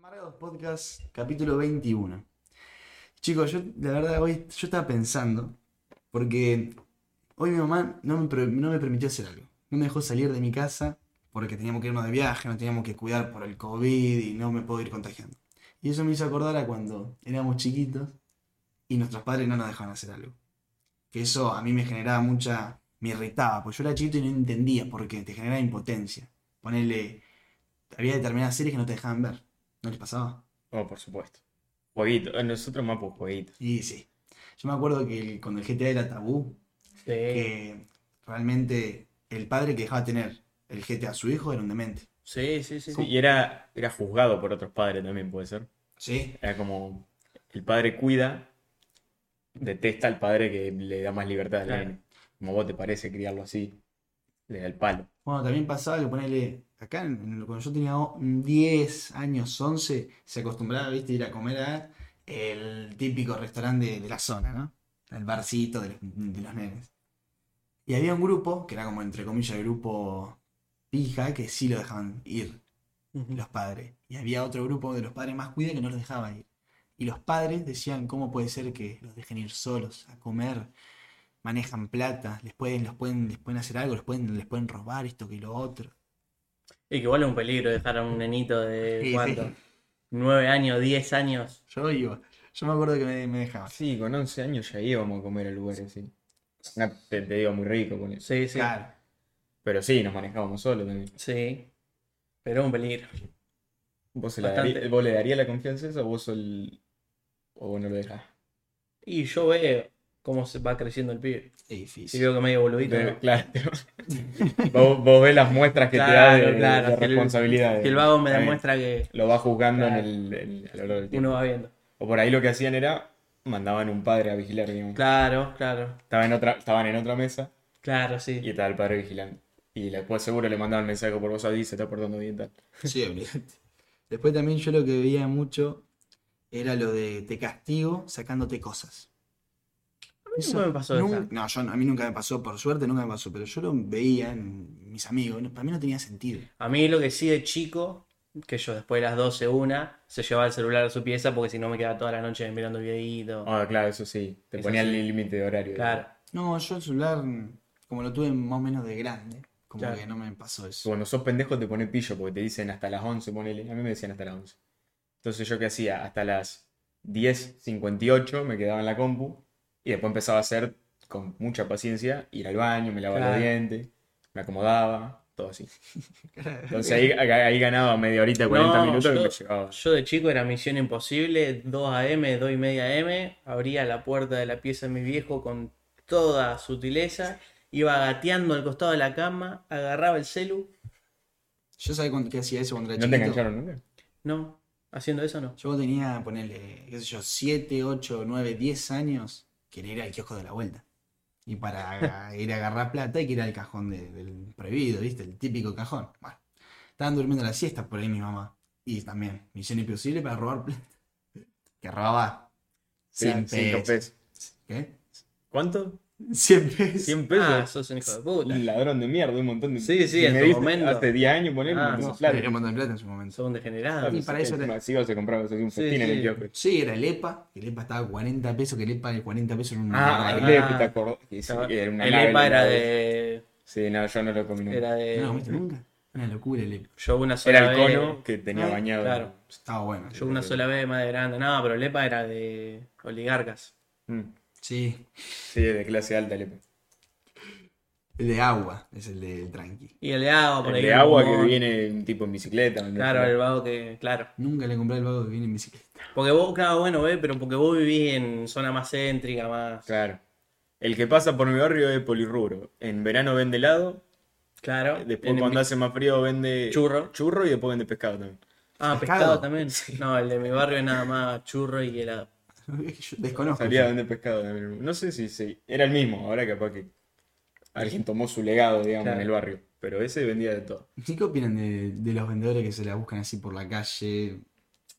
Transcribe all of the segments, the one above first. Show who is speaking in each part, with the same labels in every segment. Speaker 1: Bastardos Podcast, capítulo 21. Chicos, yo la verdad hoy yo estaba pensando, porque hoy mi mamá no me, pre- no me permitió hacer algo. No me dejó salir de mi casa porque teníamos que irnos de viaje, nos teníamos que cuidar por el COVID y no me puedo ir contagiando. Y eso me hizo acordar a cuando éramos chiquitos y nuestros padres no nos dejaban hacer algo. Que eso a mí me generaba mucha... me irritaba, porque yo era chiquito y no entendía porque te generaba impotencia. Ponerle... Había determinadas series que no te dejaban ver. ¿No les pasaba?
Speaker 2: Oh, por supuesto. Jueguito. A nosotros más por jueguito.
Speaker 1: Y sí. Yo me acuerdo que el- cuando el GTA era tabú, que realmente el padre que dejaba tener el GTA a su hijo era un demente.
Speaker 2: Sí, sí, sí, sí.
Speaker 1: ¿Cómo?
Speaker 2: Y era, era juzgado por otros padres también, puede ser.
Speaker 1: Sí.
Speaker 2: Era como, el padre cuida, detesta al padre que le da más libertad al
Speaker 1: Claro.
Speaker 2: nene. Como vos te parece criarlo así, le da el palo.
Speaker 1: Bueno, también pasaba que ponerle. Acá, en- en- cuando yo tenía o- 10 años, 11, se acostumbraba, viste, ir a comer a el típico restaurante de, de la zona, ¿no? El barcito de los, de los nenes. Y había un grupo, que era como entre comillas el grupo pija, que sí lo dejaban ir. los padres. Y había otro grupo de los padres más cuida que no los dejaba ir. Y los padres decían, ¿cómo puede ser que los dejen ir solos a comer? Manejan plata, les pueden, los pueden, les pueden hacer algo, les pueden, les pueden robar esto que lo otro.
Speaker 3: Y que igual es un peligro dejar a un nenito de
Speaker 1: Sí,
Speaker 3: cuánto,
Speaker 1: sí.
Speaker 3: nueve años, diez años.
Speaker 1: Yo iba, yo me acuerdo que me, me dejaban.
Speaker 2: Sí, con 11 años ya íbamos a comer a lugares así. Ah, te, te digo, muy rico con eso.
Speaker 3: Sí, sí,
Speaker 1: Claro.
Speaker 2: Pero sí, nos manejábamos solos también.
Speaker 3: sí. Pero es un peligro.
Speaker 2: ¿Vos, se la
Speaker 3: Bastante.
Speaker 2: darí- vos le darías la confianza esa o vos el... o vos no lo dejás?
Speaker 3: Y yo veo cómo se va creciendo el pibe.
Speaker 1: Es
Speaker 3: Si
Speaker 1: difícil.
Speaker 3: veo que medio boludito,
Speaker 2: Pero,
Speaker 3: ¿no?
Speaker 2: claro. vos, vos ves las muestras que te da
Speaker 3: Claro,
Speaker 2: de,
Speaker 3: claro,
Speaker 2: de
Speaker 3: que el-
Speaker 2: responsabilidades.
Speaker 3: que el vago me
Speaker 2: Está bien.
Speaker 3: demuestra que
Speaker 2: Lo va juzgando
Speaker 3: Claro.
Speaker 2: en el, en- a lo largo del tiempo.
Speaker 3: uno va viendo.
Speaker 2: O por ahí lo que hacían era mandaban un padre a vigilar, digamos.
Speaker 3: Claro, claro,
Speaker 2: Estaban, en otra, estaban en otra mesa
Speaker 3: claro,
Speaker 2: y
Speaker 3: sí.
Speaker 2: estaba el padre vigilando. Y después seguro le mandaban mensaje por vos ahí, se está portando bien tal.
Speaker 1: Sí, olvídate. Después también yo lo que veía mucho era lo de te castigo sacándote cosas. Eso
Speaker 3: nunca me pasó
Speaker 1: nun-
Speaker 3: esa.
Speaker 1: No, yo, a mí nunca me pasó, por suerte nunca me pasó, pero yo lo veía en mis amigos, no- para mí no tenía sentido.
Speaker 3: A mí lo que sí de chico, que yo después de las 12, una, se llevaba el celular a su pieza porque si no me quedaba toda la noche mirando videíto.
Speaker 2: Ah, claro, eso sí. Te
Speaker 3: Eso
Speaker 2: ponían
Speaker 3: sí.
Speaker 2: el límite de horario.
Speaker 3: Claro.
Speaker 1: No, yo el celular, como lo tuve más o menos de grande, como
Speaker 3: Claro.
Speaker 1: que no me pasó eso.
Speaker 2: Cuando sos pendejo te ponen pillo porque te dicen hasta las 11, ponele. A mí me decían hasta las 11. Entonces yo qué hacía? Hasta las 10.58 me quedaba en la compu y después empezaba a hacer con mucha paciencia, ir al baño, me lavaba los
Speaker 3: Claro.
Speaker 2: dientes, me acomodaba, todo así. Entonces ahí, ahí ganaba media horita, 40
Speaker 3: No,
Speaker 2: minutos que
Speaker 3: yo-
Speaker 2: me llegaba.
Speaker 3: Yo de chico era misión imposible, 2 a.m., 2 y media a.m., abría la puerta de la pieza de mi viejo con toda sutileza, iba gateando al costado de la cama, agarraba el celu,
Speaker 1: Yo sabía cuando, que hacía eso cuando era
Speaker 2: ¿No te
Speaker 1: chiquito.
Speaker 2: engancharon nunca?
Speaker 3: no, haciendo eso no.
Speaker 1: Yo tenía, ponerle, qué sé yo, 7, 8, 9, 10 años, quería ir al kiosco de la vuelta. Y para aga- ir a agarrar plata hay que ir al cajón de- del prohibido, ¿viste? El típico cajón. Bueno, estaban durmiendo la siesta por ahí mi mamá. Y también, misión imposible para robar plata. Que robaba 100
Speaker 2: Cinco
Speaker 1: pesos. ¿Qué?
Speaker 2: ¿Cuánto?
Speaker 1: 100 pesos.
Speaker 2: 100 pesos.
Speaker 3: Ah, sos un hijo de puta.
Speaker 2: Un ladrón de mierda, un montón de
Speaker 3: Sí, sí,
Speaker 2: Si
Speaker 3: en
Speaker 2: me
Speaker 3: tu
Speaker 2: diste
Speaker 3: momento.
Speaker 2: Hace 10 años ponele
Speaker 3: Ah,
Speaker 2: un montón
Speaker 1: No,
Speaker 2: de plata.
Speaker 1: era un montón de plata en su momento.
Speaker 3: Sos un
Speaker 2: Ah,
Speaker 3: degenerado.
Speaker 1: Y
Speaker 2: sí,
Speaker 1: para
Speaker 2: que
Speaker 1: eso era-
Speaker 2: encima, sí, vas a comprar, vas a hacer un
Speaker 3: Sí,
Speaker 2: festín en el
Speaker 3: sí.
Speaker 2: kiosco.
Speaker 1: Sí, era el EPA. El EPA estaba a 40 pesos, que el EPA de 40 pesos era un
Speaker 2: Ah,
Speaker 3: Ah,
Speaker 2: el
Speaker 1: barbaridad.
Speaker 2: EPA, te acordás. Que sí,
Speaker 3: Estaba-
Speaker 2: era una
Speaker 3: El
Speaker 2: nave,
Speaker 3: EPA era
Speaker 2: nave.
Speaker 3: de...
Speaker 2: Sí, no, yo no lo comí nunca. Era,
Speaker 3: Era de...
Speaker 1: ¿No lo comiste nunca? Una locura el EPA.
Speaker 3: Yo una sola
Speaker 2: el
Speaker 3: vez-
Speaker 2: cono que tenía
Speaker 1: Ah,
Speaker 2: bañado.
Speaker 3: claro.
Speaker 1: Estaba bueno.
Speaker 3: Yo una sola vez más de grande. No, pero el EPA era de oligarcas.
Speaker 2: Mm.
Speaker 1: Sí,
Speaker 2: Sí, de clase alta el EPA.
Speaker 1: el de agua es el del tranqui.
Speaker 3: Y el de agua, por
Speaker 2: El
Speaker 3: ahí.
Speaker 2: de
Speaker 3: un
Speaker 2: agua que
Speaker 3: bombón.
Speaker 2: viene un tipo en bicicleta. ¿no?
Speaker 3: Claro, el vago que... Claro.
Speaker 1: Nunca le compré el vago que viene en bicicleta.
Speaker 3: Porque vos, claro, bueno, ve, pero porque vos vivís en zona más céntrica, más.
Speaker 2: Claro. El que pasa por mi barrio es polirrubro. En verano vende helado,
Speaker 3: Claro.
Speaker 2: Eh, después
Speaker 3: En-
Speaker 2: cuando hace más frío vende
Speaker 3: Churro.
Speaker 2: churro y después vende pescado también.
Speaker 3: Ah, pescado,
Speaker 1: Pescado.
Speaker 3: también. No, el de mi barrio es nada más churro y helado.
Speaker 1: Es que yo
Speaker 3: Ah,
Speaker 1: desconozco.
Speaker 2: Sabía vender pescado también. No sé si sí. era el mismo, ahora capaz que alguien tomó su legado, digamos,
Speaker 3: Claro.
Speaker 2: en el barrio. Pero ese vendía de todo.
Speaker 1: ¿Y qué opinan de, de los vendedores que se la buscan así por la calle?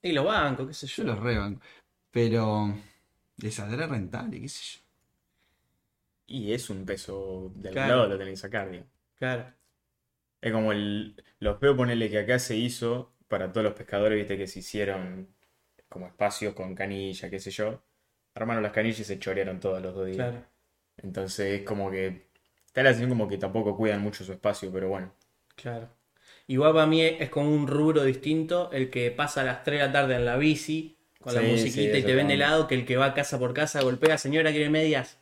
Speaker 3: Y los bancos, qué sé
Speaker 1: Yo
Speaker 3: yo.
Speaker 1: los rebanco. Pero. ¿Les saldrá rentable? ¿Qué sé yo?
Speaker 2: Y es un peso de algún
Speaker 3: Claro.
Speaker 2: lado lo tenés que sacar, digamos.
Speaker 3: Claro.
Speaker 2: Es como el. Los peos, ponele que acá se hizo para todos los pescadores, viste, que se hicieron como espacios con canilla, qué sé yo. Armaron las canillas y se chorearon todos los dos días.
Speaker 3: Claro.
Speaker 2: Entonces es como que. Está la sensación como que tampoco cuidan mucho su espacio, pero bueno.
Speaker 3: Claro. Igual para mí es como un rubro distinto el que pasa a las 3 de la tarde en la bici con la
Speaker 2: Sí,
Speaker 3: musiquita
Speaker 2: sí,
Speaker 3: y
Speaker 2: eso
Speaker 3: te vende
Speaker 2: también.
Speaker 3: helado que el que va casa por casa golpea, señora, quiere medias.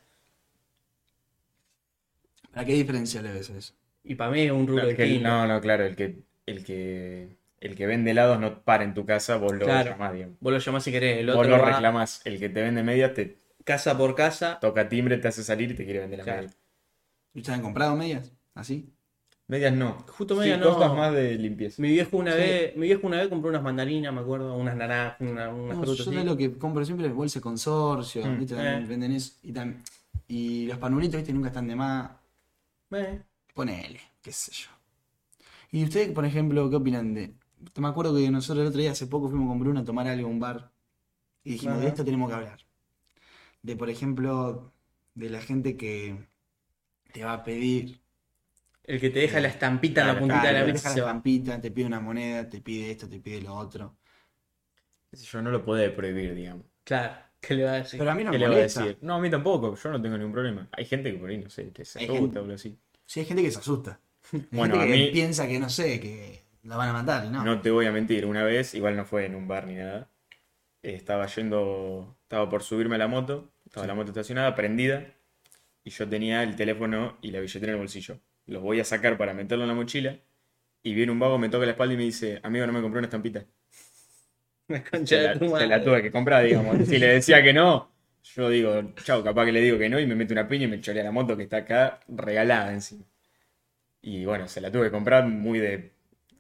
Speaker 1: ¿Para qué diferencia le ves a eso?
Speaker 3: Y para mí es un rubro
Speaker 2: Claro, el que-
Speaker 3: distinto.
Speaker 2: no, no, claro, el que, el que, el que vende helados no para en tu casa, vos lo
Speaker 3: Claro.
Speaker 2: llamás, digamos.
Speaker 3: Vos lo llamás si querés, el
Speaker 2: Vos
Speaker 3: otro
Speaker 2: lo
Speaker 3: va
Speaker 2: reclamás. El que te vende medias te
Speaker 3: casa por casa.
Speaker 2: toca timbre, te hace salir y te quiere vender las
Speaker 3: Claro.
Speaker 2: medias.
Speaker 1: ¿Ustedes han comprado medias? ¿Así?
Speaker 2: Medias no.
Speaker 3: Justo
Speaker 2: Sí,
Speaker 3: medias no.
Speaker 2: cosas más de limpieza.
Speaker 3: Mi viejo una
Speaker 1: Sí.
Speaker 3: vez, mi viejo una vez compró unas mandarinas, me acuerdo, unas naranjas, una- unas
Speaker 1: No,
Speaker 3: frutas.
Speaker 1: yo
Speaker 3: así.
Speaker 1: de lo que compro siempre es bolsa de consorcio,
Speaker 2: Mm.
Speaker 1: ¿viste?
Speaker 3: Eh.
Speaker 1: Venden eso. Y, tam- y los panulitos, ¿viste? Nunca están de más.
Speaker 3: Eh,
Speaker 1: Ponele, qué sé yo. ¿Y ustedes, por ejemplo, qué opinan de...? Me acuerdo que nosotros el otro día, hace poco, fuimos con Bruno a tomar algo a un bar. Y dijimos, de
Speaker 3: Ajá.
Speaker 1: esto tenemos que hablar. De, por ejemplo, de la gente que te va a pedir...
Speaker 3: el que te deja la estampita en la
Speaker 2: Claro,
Speaker 3: puntita
Speaker 1: Claro,
Speaker 3: de la
Speaker 1: te
Speaker 3: mesa
Speaker 1: deja
Speaker 3: y se
Speaker 1: la
Speaker 3: va.
Speaker 1: estampita, te pide una moneda, te pide esto, te pide lo otro.
Speaker 2: Qué sé Yo no lo puedo prohibir, digamos.
Speaker 3: Claro, ¿qué le va a decir?
Speaker 1: Pero a mí no
Speaker 2: ¿Qué
Speaker 1: me
Speaker 2: le voy a
Speaker 1: molesta.
Speaker 2: decir? No, a mí tampoco, yo no tengo ningún problema. Hay gente que por ahí, no sé, que se
Speaker 1: Hay
Speaker 2: asusta
Speaker 1: gente-
Speaker 2: o algo así.
Speaker 1: Sí, hay gente que se asusta. Hay
Speaker 2: Bueno,
Speaker 1: gente
Speaker 2: a
Speaker 1: que
Speaker 2: mí-
Speaker 1: piensa que, no sé, que la van a matar y no.
Speaker 2: No te voy a mentir, una vez, igual no fue en un bar ni nada. eh, Estaba yendo, estaba por subirme a la moto, estaba la moto estacionada, prendida, y yo tenía el teléfono y la billetera en el bolsillo. Los voy a sacar para meterlo en la mochila, y viene un vago, me toca la espalda y me dice, amigo, no me compré una estampita.
Speaker 3: La concha
Speaker 2: Se
Speaker 3: de
Speaker 2: la,
Speaker 3: tu
Speaker 2: se
Speaker 3: madre.
Speaker 2: la tuve que comprar, digamos. Si le decía que no, yo digo, chau, capaz que le digo que no, y me meto una piña y me chorea la moto que está acá regalada encima. Y bueno, se la tuve que comprar muy de,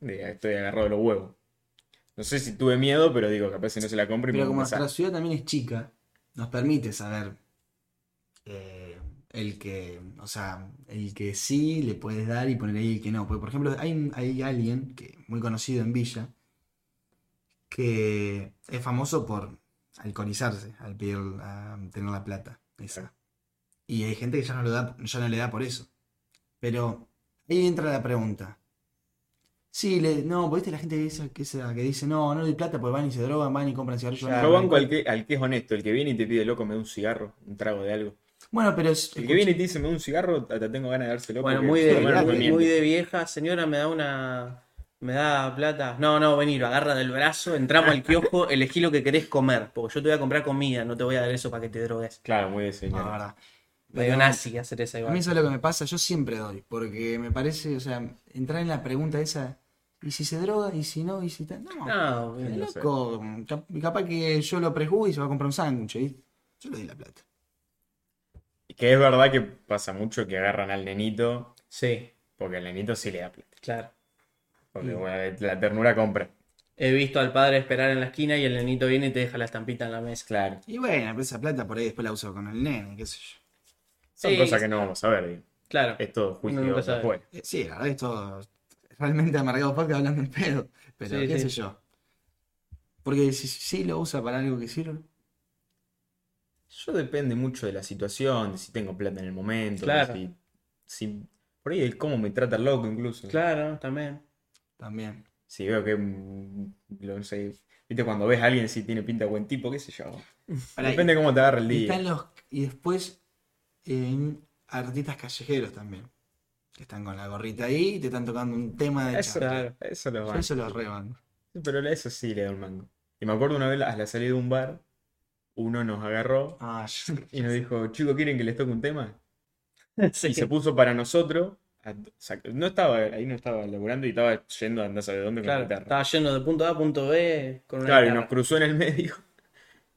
Speaker 2: de- estoy agarrado de los huevos. No sé si tuve miedo, pero digo, capaz si no se la compro y
Speaker 1: Pero
Speaker 2: me
Speaker 1: como
Speaker 2: voy a
Speaker 1: nuestra
Speaker 2: pasar.
Speaker 1: ciudad también es chica, nos permite saber eh, el que, o sea, el que sí le puedes dar y poner ahí el que no. Porque, por ejemplo, hay, un- hay alguien que muy conocido en Villa que es famoso por alcoholizarse al pedir, a tener la plata esa. Y hay gente que ya no, lo da, ya no le da por eso. Pero ahí entra la pregunta. Sí, le, no, porque viste la gente que dice, que, se- que dice, no, no le doy plata, pues van y se drogan, van y compran cigarrillos. van a
Speaker 2: Yo
Speaker 1: comprar
Speaker 2: banco
Speaker 1: alcohol".
Speaker 2: al que, al que es honesto, el que viene y te pide, loco, me da un cigarro, un trago de algo.
Speaker 1: Bueno, pero es-
Speaker 2: El que viene y te dice, me da un cigarro, te tengo ganas de dárselo.
Speaker 3: Bueno,
Speaker 2: porque
Speaker 3: muy
Speaker 2: por
Speaker 3: de,
Speaker 2: lo menos no me
Speaker 3: muy,
Speaker 2: miente.
Speaker 3: muy de vieja, señora, me da una. Me da plata. No, no, vení, lo agarra del brazo, entramos al kiosco, elegí lo que querés comer, porque yo te voy a comprar comida, no te voy a dar eso para que te drogues.
Speaker 2: Claro, muy de
Speaker 1: No,
Speaker 2: señor.
Speaker 3: Ah.
Speaker 1: la verdad.
Speaker 3: Medio
Speaker 1: Pero
Speaker 3: nazi hacer esa
Speaker 1: A mí
Speaker 3: igual.
Speaker 1: eso es lo que me pasa, yo siempre doy, porque me parece, o sea, entrar en la pregunta esa, ¿y si se droga? ¿Y si no? ¿Y si tal? No,
Speaker 3: No,
Speaker 1: es
Speaker 2: Ah, no sé.
Speaker 1: loco, cap- capaz que yo lo prejuzgo y se va a comprar un sándwich, ¿viste? Yo le di la plata.
Speaker 2: Que es verdad que pasa mucho que agarran al nenito
Speaker 3: sí,
Speaker 2: Porque el nenito sí le da plata.
Speaker 3: claro.
Speaker 2: Porque
Speaker 1: Mm.
Speaker 2: bueno, la ternura compra.
Speaker 3: He visto al padre esperar en la esquina y el nenito viene y te deja la estampita en la mesa.
Speaker 2: Claro.
Speaker 1: Y bueno, pero esa plata por ahí después la uso con el nene, qué sé yo.
Speaker 2: Son
Speaker 3: Sí,
Speaker 2: cosas que no vamos a ver, digo.
Speaker 3: Claro.
Speaker 2: Es todo juicio
Speaker 3: Uno nunca sabe.
Speaker 2: después.
Speaker 1: Eh, sí, la verdad es todo realmente amargado porque hablando en pedo, pero
Speaker 3: Sí,
Speaker 1: qué
Speaker 3: sí.
Speaker 1: sé yo. Porque si, si lo usa para algo que sirve,
Speaker 2: Yo depende mucho de la situación, de si tengo plata en el momento,
Speaker 3: Claro.
Speaker 2: de si, si- por ahí el cómo me trata el loco incluso.
Speaker 3: Claro, también.
Speaker 1: también.
Speaker 2: Si veo que mm, lo- no sé, viste cuando ves a alguien si tiene pinta de buen tipo, qué sé yo.
Speaker 1: Pará, y-
Speaker 2: Depende de cómo te agarra el
Speaker 1: Y,
Speaker 2: día.
Speaker 1: están los, y después en artistas callejeros también. Que están con la gorrita ahí y te están tocando un tema de
Speaker 2: Eso,
Speaker 1: charla.
Speaker 3: Claro.
Speaker 2: eso lo
Speaker 1: Yo
Speaker 2: banco.
Speaker 1: eso lo reban.
Speaker 2: Pero eso sí le da un mango. Y me acuerdo una vez a la salida de un bar, uno nos agarró
Speaker 1: Ah, yo-
Speaker 2: y nos dijo, chicos, ¿quieren que les toque un tema?
Speaker 3: Sí.
Speaker 2: Y se puso para nosotros. a- o sea, no estaba, ahí no estaba laburando y estaba yendo a andar sabe dónde con
Speaker 3: Claro,
Speaker 2: la guitarra.
Speaker 3: estaba yendo de punto A a punto B con una
Speaker 2: Claro, y
Speaker 3: guitarra.
Speaker 2: nos cruzó en el medio.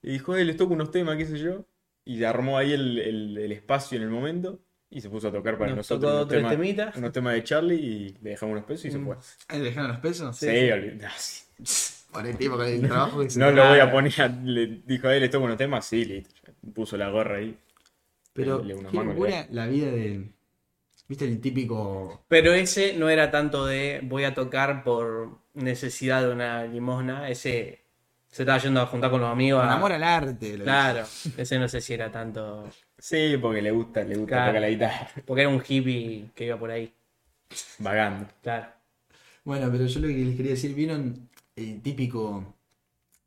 Speaker 2: Y dijo, eh, les toco unos temas, qué sé yo. Y armó ahí el, el- el espacio en el momento. Y se puso a tocar para
Speaker 3: Nos
Speaker 2: nosotros
Speaker 3: tocó
Speaker 2: unos
Speaker 3: tres
Speaker 2: temas,
Speaker 3: temitas.
Speaker 2: unos temas de Charlie y le dejamos unos pesos y se
Speaker 3: Mm.
Speaker 2: fue.
Speaker 1: ¿Ah, ¿Le dejaron los pesos?
Speaker 2: Sí,
Speaker 3: Sí.
Speaker 2: olvidé- no, sí.
Speaker 1: Por el tipo con el trabajo que se
Speaker 2: No lo
Speaker 1: da.
Speaker 2: voy a poner. a- le dijo, eh, les toco unos temas. Sí, listo. Ya Puso la gorra ahí.
Speaker 1: Pero
Speaker 2: le- le unos
Speaker 1: qué
Speaker 2: mangos le
Speaker 1: locura la vida del. ¿Viste el típico.
Speaker 3: Pero ese no era tanto de voy a tocar por necesidad de una limosna. Ese se estaba yendo a juntar con los amigos.
Speaker 1: Con
Speaker 3: a-
Speaker 1: amor al arte. lo
Speaker 3: Ah. Claro, ese no sé si era tanto.
Speaker 2: Sí, porque le gusta, le gusta
Speaker 3: Claro.
Speaker 2: tocar la guitarra.
Speaker 3: Porque era un hippie que iba por ahí.
Speaker 2: Vagando.
Speaker 3: Claro.
Speaker 1: Bueno, pero yo lo que les quería decir, ¿vieron el típico.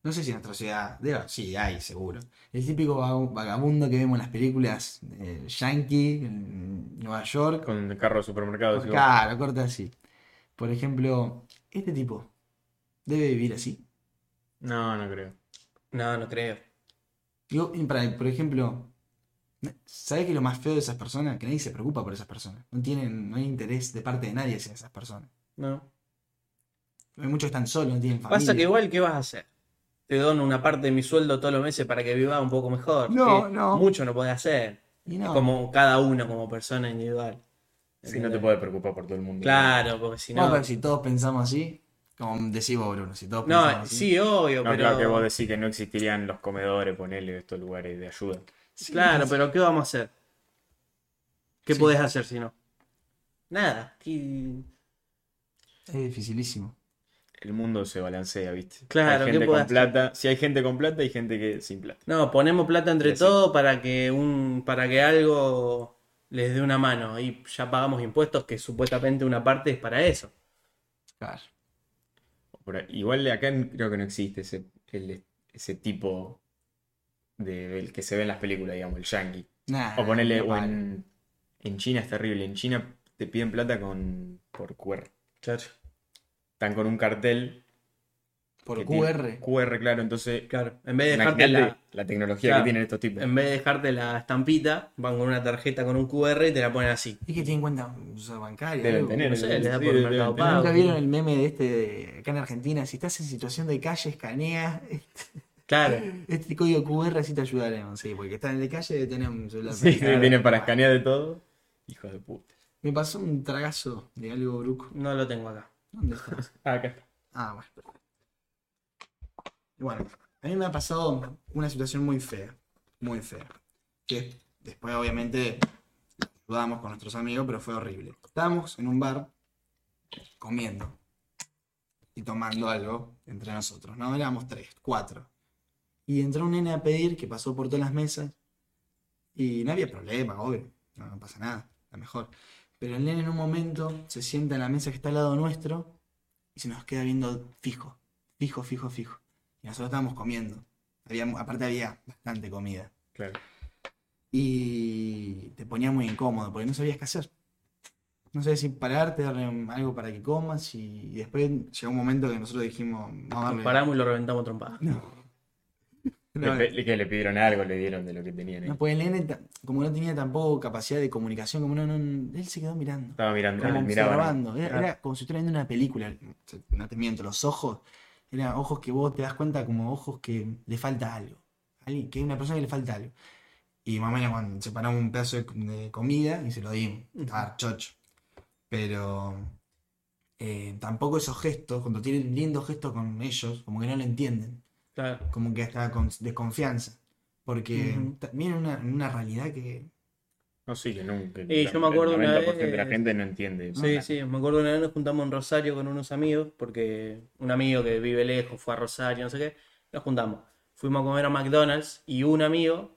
Speaker 1: No sé si en nuestra ciudad. debe haber- sí, hay, seguro. El típico vaga- vagabundo que vemos en las películas eh, Yankee, en Nueva York.
Speaker 2: Con el carro de supermercado. digo,
Speaker 1: Claro, corta así. Por ejemplo, este tipo debe vivir así.
Speaker 2: No, no creo.
Speaker 3: No, no creo.
Speaker 1: Digo, y para- por ejemplo, ¿sabés que lo más feo de esas personas? Que nadie se preocupa por esas personas. No tienen, no hay interés de parte de nadie hacia esas personas.
Speaker 3: No.
Speaker 1: Hay muchos que están solos, no tienen familia.
Speaker 3: Pasa que igual, ¿qué vas a hacer? Te dono una parte de mi sueldo todos los meses para que viva un poco mejor.
Speaker 1: No,
Speaker 3: que
Speaker 1: no.
Speaker 3: Mucho no podés hacer.
Speaker 1: Y no,
Speaker 3: Como cada uno, como persona individual.
Speaker 2: Si no te
Speaker 3: ¿Entendés?
Speaker 2: puedes preocupar por todo el mundo.
Speaker 3: Claro, porque si
Speaker 1: Bueno,
Speaker 3: no.
Speaker 1: pero si todos pensamos así, como decís vos, Bruno, si todos pensamos
Speaker 3: No,
Speaker 1: así.
Speaker 3: sí, obvio,
Speaker 2: No,
Speaker 3: pero.
Speaker 2: claro que vos decís que no existirían los comedores, ponele, estos lugares de ayuda.
Speaker 1: Sí,
Speaker 3: Claro,
Speaker 1: sí.
Speaker 3: pero ¿qué vamos a hacer? ¿Qué
Speaker 1: Sí.
Speaker 3: podés hacer si no? Nada. ¿qué-
Speaker 1: Es dificilísimo.
Speaker 2: El mundo se balancea, ¿viste?
Speaker 3: Claro,
Speaker 2: hay
Speaker 3: ¿qué
Speaker 2: gente
Speaker 3: podés
Speaker 2: con
Speaker 3: hacer?
Speaker 2: plata. Si hay gente con plata, hay gente que sin plata.
Speaker 3: No, ponemos plata entre
Speaker 2: Y así.
Speaker 3: todos para que un, para que algo les dé una mano. Y ya pagamos impuestos que supuestamente una parte es para eso.
Speaker 1: Claro.
Speaker 2: Por ahí- Igual acá n- creo que no existe ese, el- ese tipo de, del que se ve en las películas, digamos, el yankee.
Speaker 1: Nah,
Speaker 3: Ah,
Speaker 2: O ponele,
Speaker 1: no
Speaker 2: o
Speaker 1: vale.
Speaker 2: en, en China es terrible. En China te piden plata con por QR. Están con un cartel.
Speaker 1: Por
Speaker 2: que
Speaker 1: QR.
Speaker 2: tiene- QR, claro. Entonces,
Speaker 3: Claro. En vez de dejarte
Speaker 2: imagínate
Speaker 3: la,
Speaker 2: la, tecnología
Speaker 3: Claro.
Speaker 2: que tienen estos tipos.
Speaker 3: en vez de dejarte la estampita, van con una tarjeta con un QR y te la ponen así.
Speaker 1: Es que tienen cuenta o sea, bancaria.
Speaker 2: Deben
Speaker 1: algo.
Speaker 2: tener.
Speaker 3: no sé, les da
Speaker 2: sí,
Speaker 3: por
Speaker 2: deben
Speaker 3: Mercado
Speaker 2: tener.
Speaker 3: Pago.
Speaker 1: ¿Nunca vieron el meme de este de acá en Argentina? Si estás en situación de calle, escanea
Speaker 3: Claro.
Speaker 1: este código QR, así te ayudaremos. Sí, porque están en la calle debe tener un celular.
Speaker 2: Sí, sí,
Speaker 1: Claro.
Speaker 2: tienen para escanear de todo. Hijo de puta.
Speaker 1: Me pasó un tragazo de algo, Bruco.
Speaker 3: No lo tengo acá.
Speaker 1: ¿Dónde está?
Speaker 2: Ah, acá está.
Speaker 1: Ah, bueno. Bueno, a mí me ha pasado una situación muy fea, muy fea. Que después, obviamente, ayudamos con nuestros amigos, pero fue horrible. Estábamos en un bar comiendo y tomando algo entre nosotros, ¿no? Éramos tres, cuatro. Y entró un nene a pedir que pasó por todas las mesas y no había problema, obvio. No, no pasa nada, la mejor. Pero el nene en un momento se sienta en la mesa que está al lado nuestro y se nos queda viendo fijo, fijo, fijo, fijo. Y nosotros estábamos comiendo. Había, aparte había bastante comida.
Speaker 2: Claro.
Speaker 1: Y te ponía muy incómodo porque no sabías qué hacer. No sabías si pararte, darle un- algo para que comas. Y, y después llegó un momento que nosotros dijimos, vamos a darle.
Speaker 3: Nos paramos y lo reventamos trompada.
Speaker 1: No.
Speaker 2: Le
Speaker 1: No, eh.
Speaker 2: pe- le- que le pidieron algo, le dieron de lo que tenían. ahí.
Speaker 1: no, pues el nene, ta- como no tenía tampoco capacidad de comunicación, como no, no, él se quedó mirando.
Speaker 2: Estaba mirando,
Speaker 1: como
Speaker 2: ah, miraba, ¿no?
Speaker 1: observando. Era,
Speaker 2: Ah,
Speaker 1: era como si estuviera viendo una película. No te miento, los ojos. Eran ojos que vos te das cuenta como ojos que le falta algo. Alguien- Que hay una persona que le falta algo. Y más o menos cuando separamos un pedazo de, de comida y se lo dimos. Estaba chocho. Pero eh, tampoco esos gestos, cuando tienen lindos gestos con ellos, como que no lo entienden.
Speaker 3: Claro.
Speaker 1: Como que hasta con desconfianza. Porque
Speaker 3: Ujú.
Speaker 1: también una, una realidad que
Speaker 2: No, sí, que nunca.
Speaker 3: Y yo me acuerdo
Speaker 2: el
Speaker 3: una
Speaker 2: 90% de la
Speaker 3: vez-
Speaker 2: gente no entiende.
Speaker 3: Sí,
Speaker 1: la-
Speaker 3: sí, me acuerdo una vez nos juntamos en Rosario con unos amigos, porque un amigo que vive lejos fue a Rosario, no sé qué, nos juntamos. Fuimos a comer a McDonald's y un amigo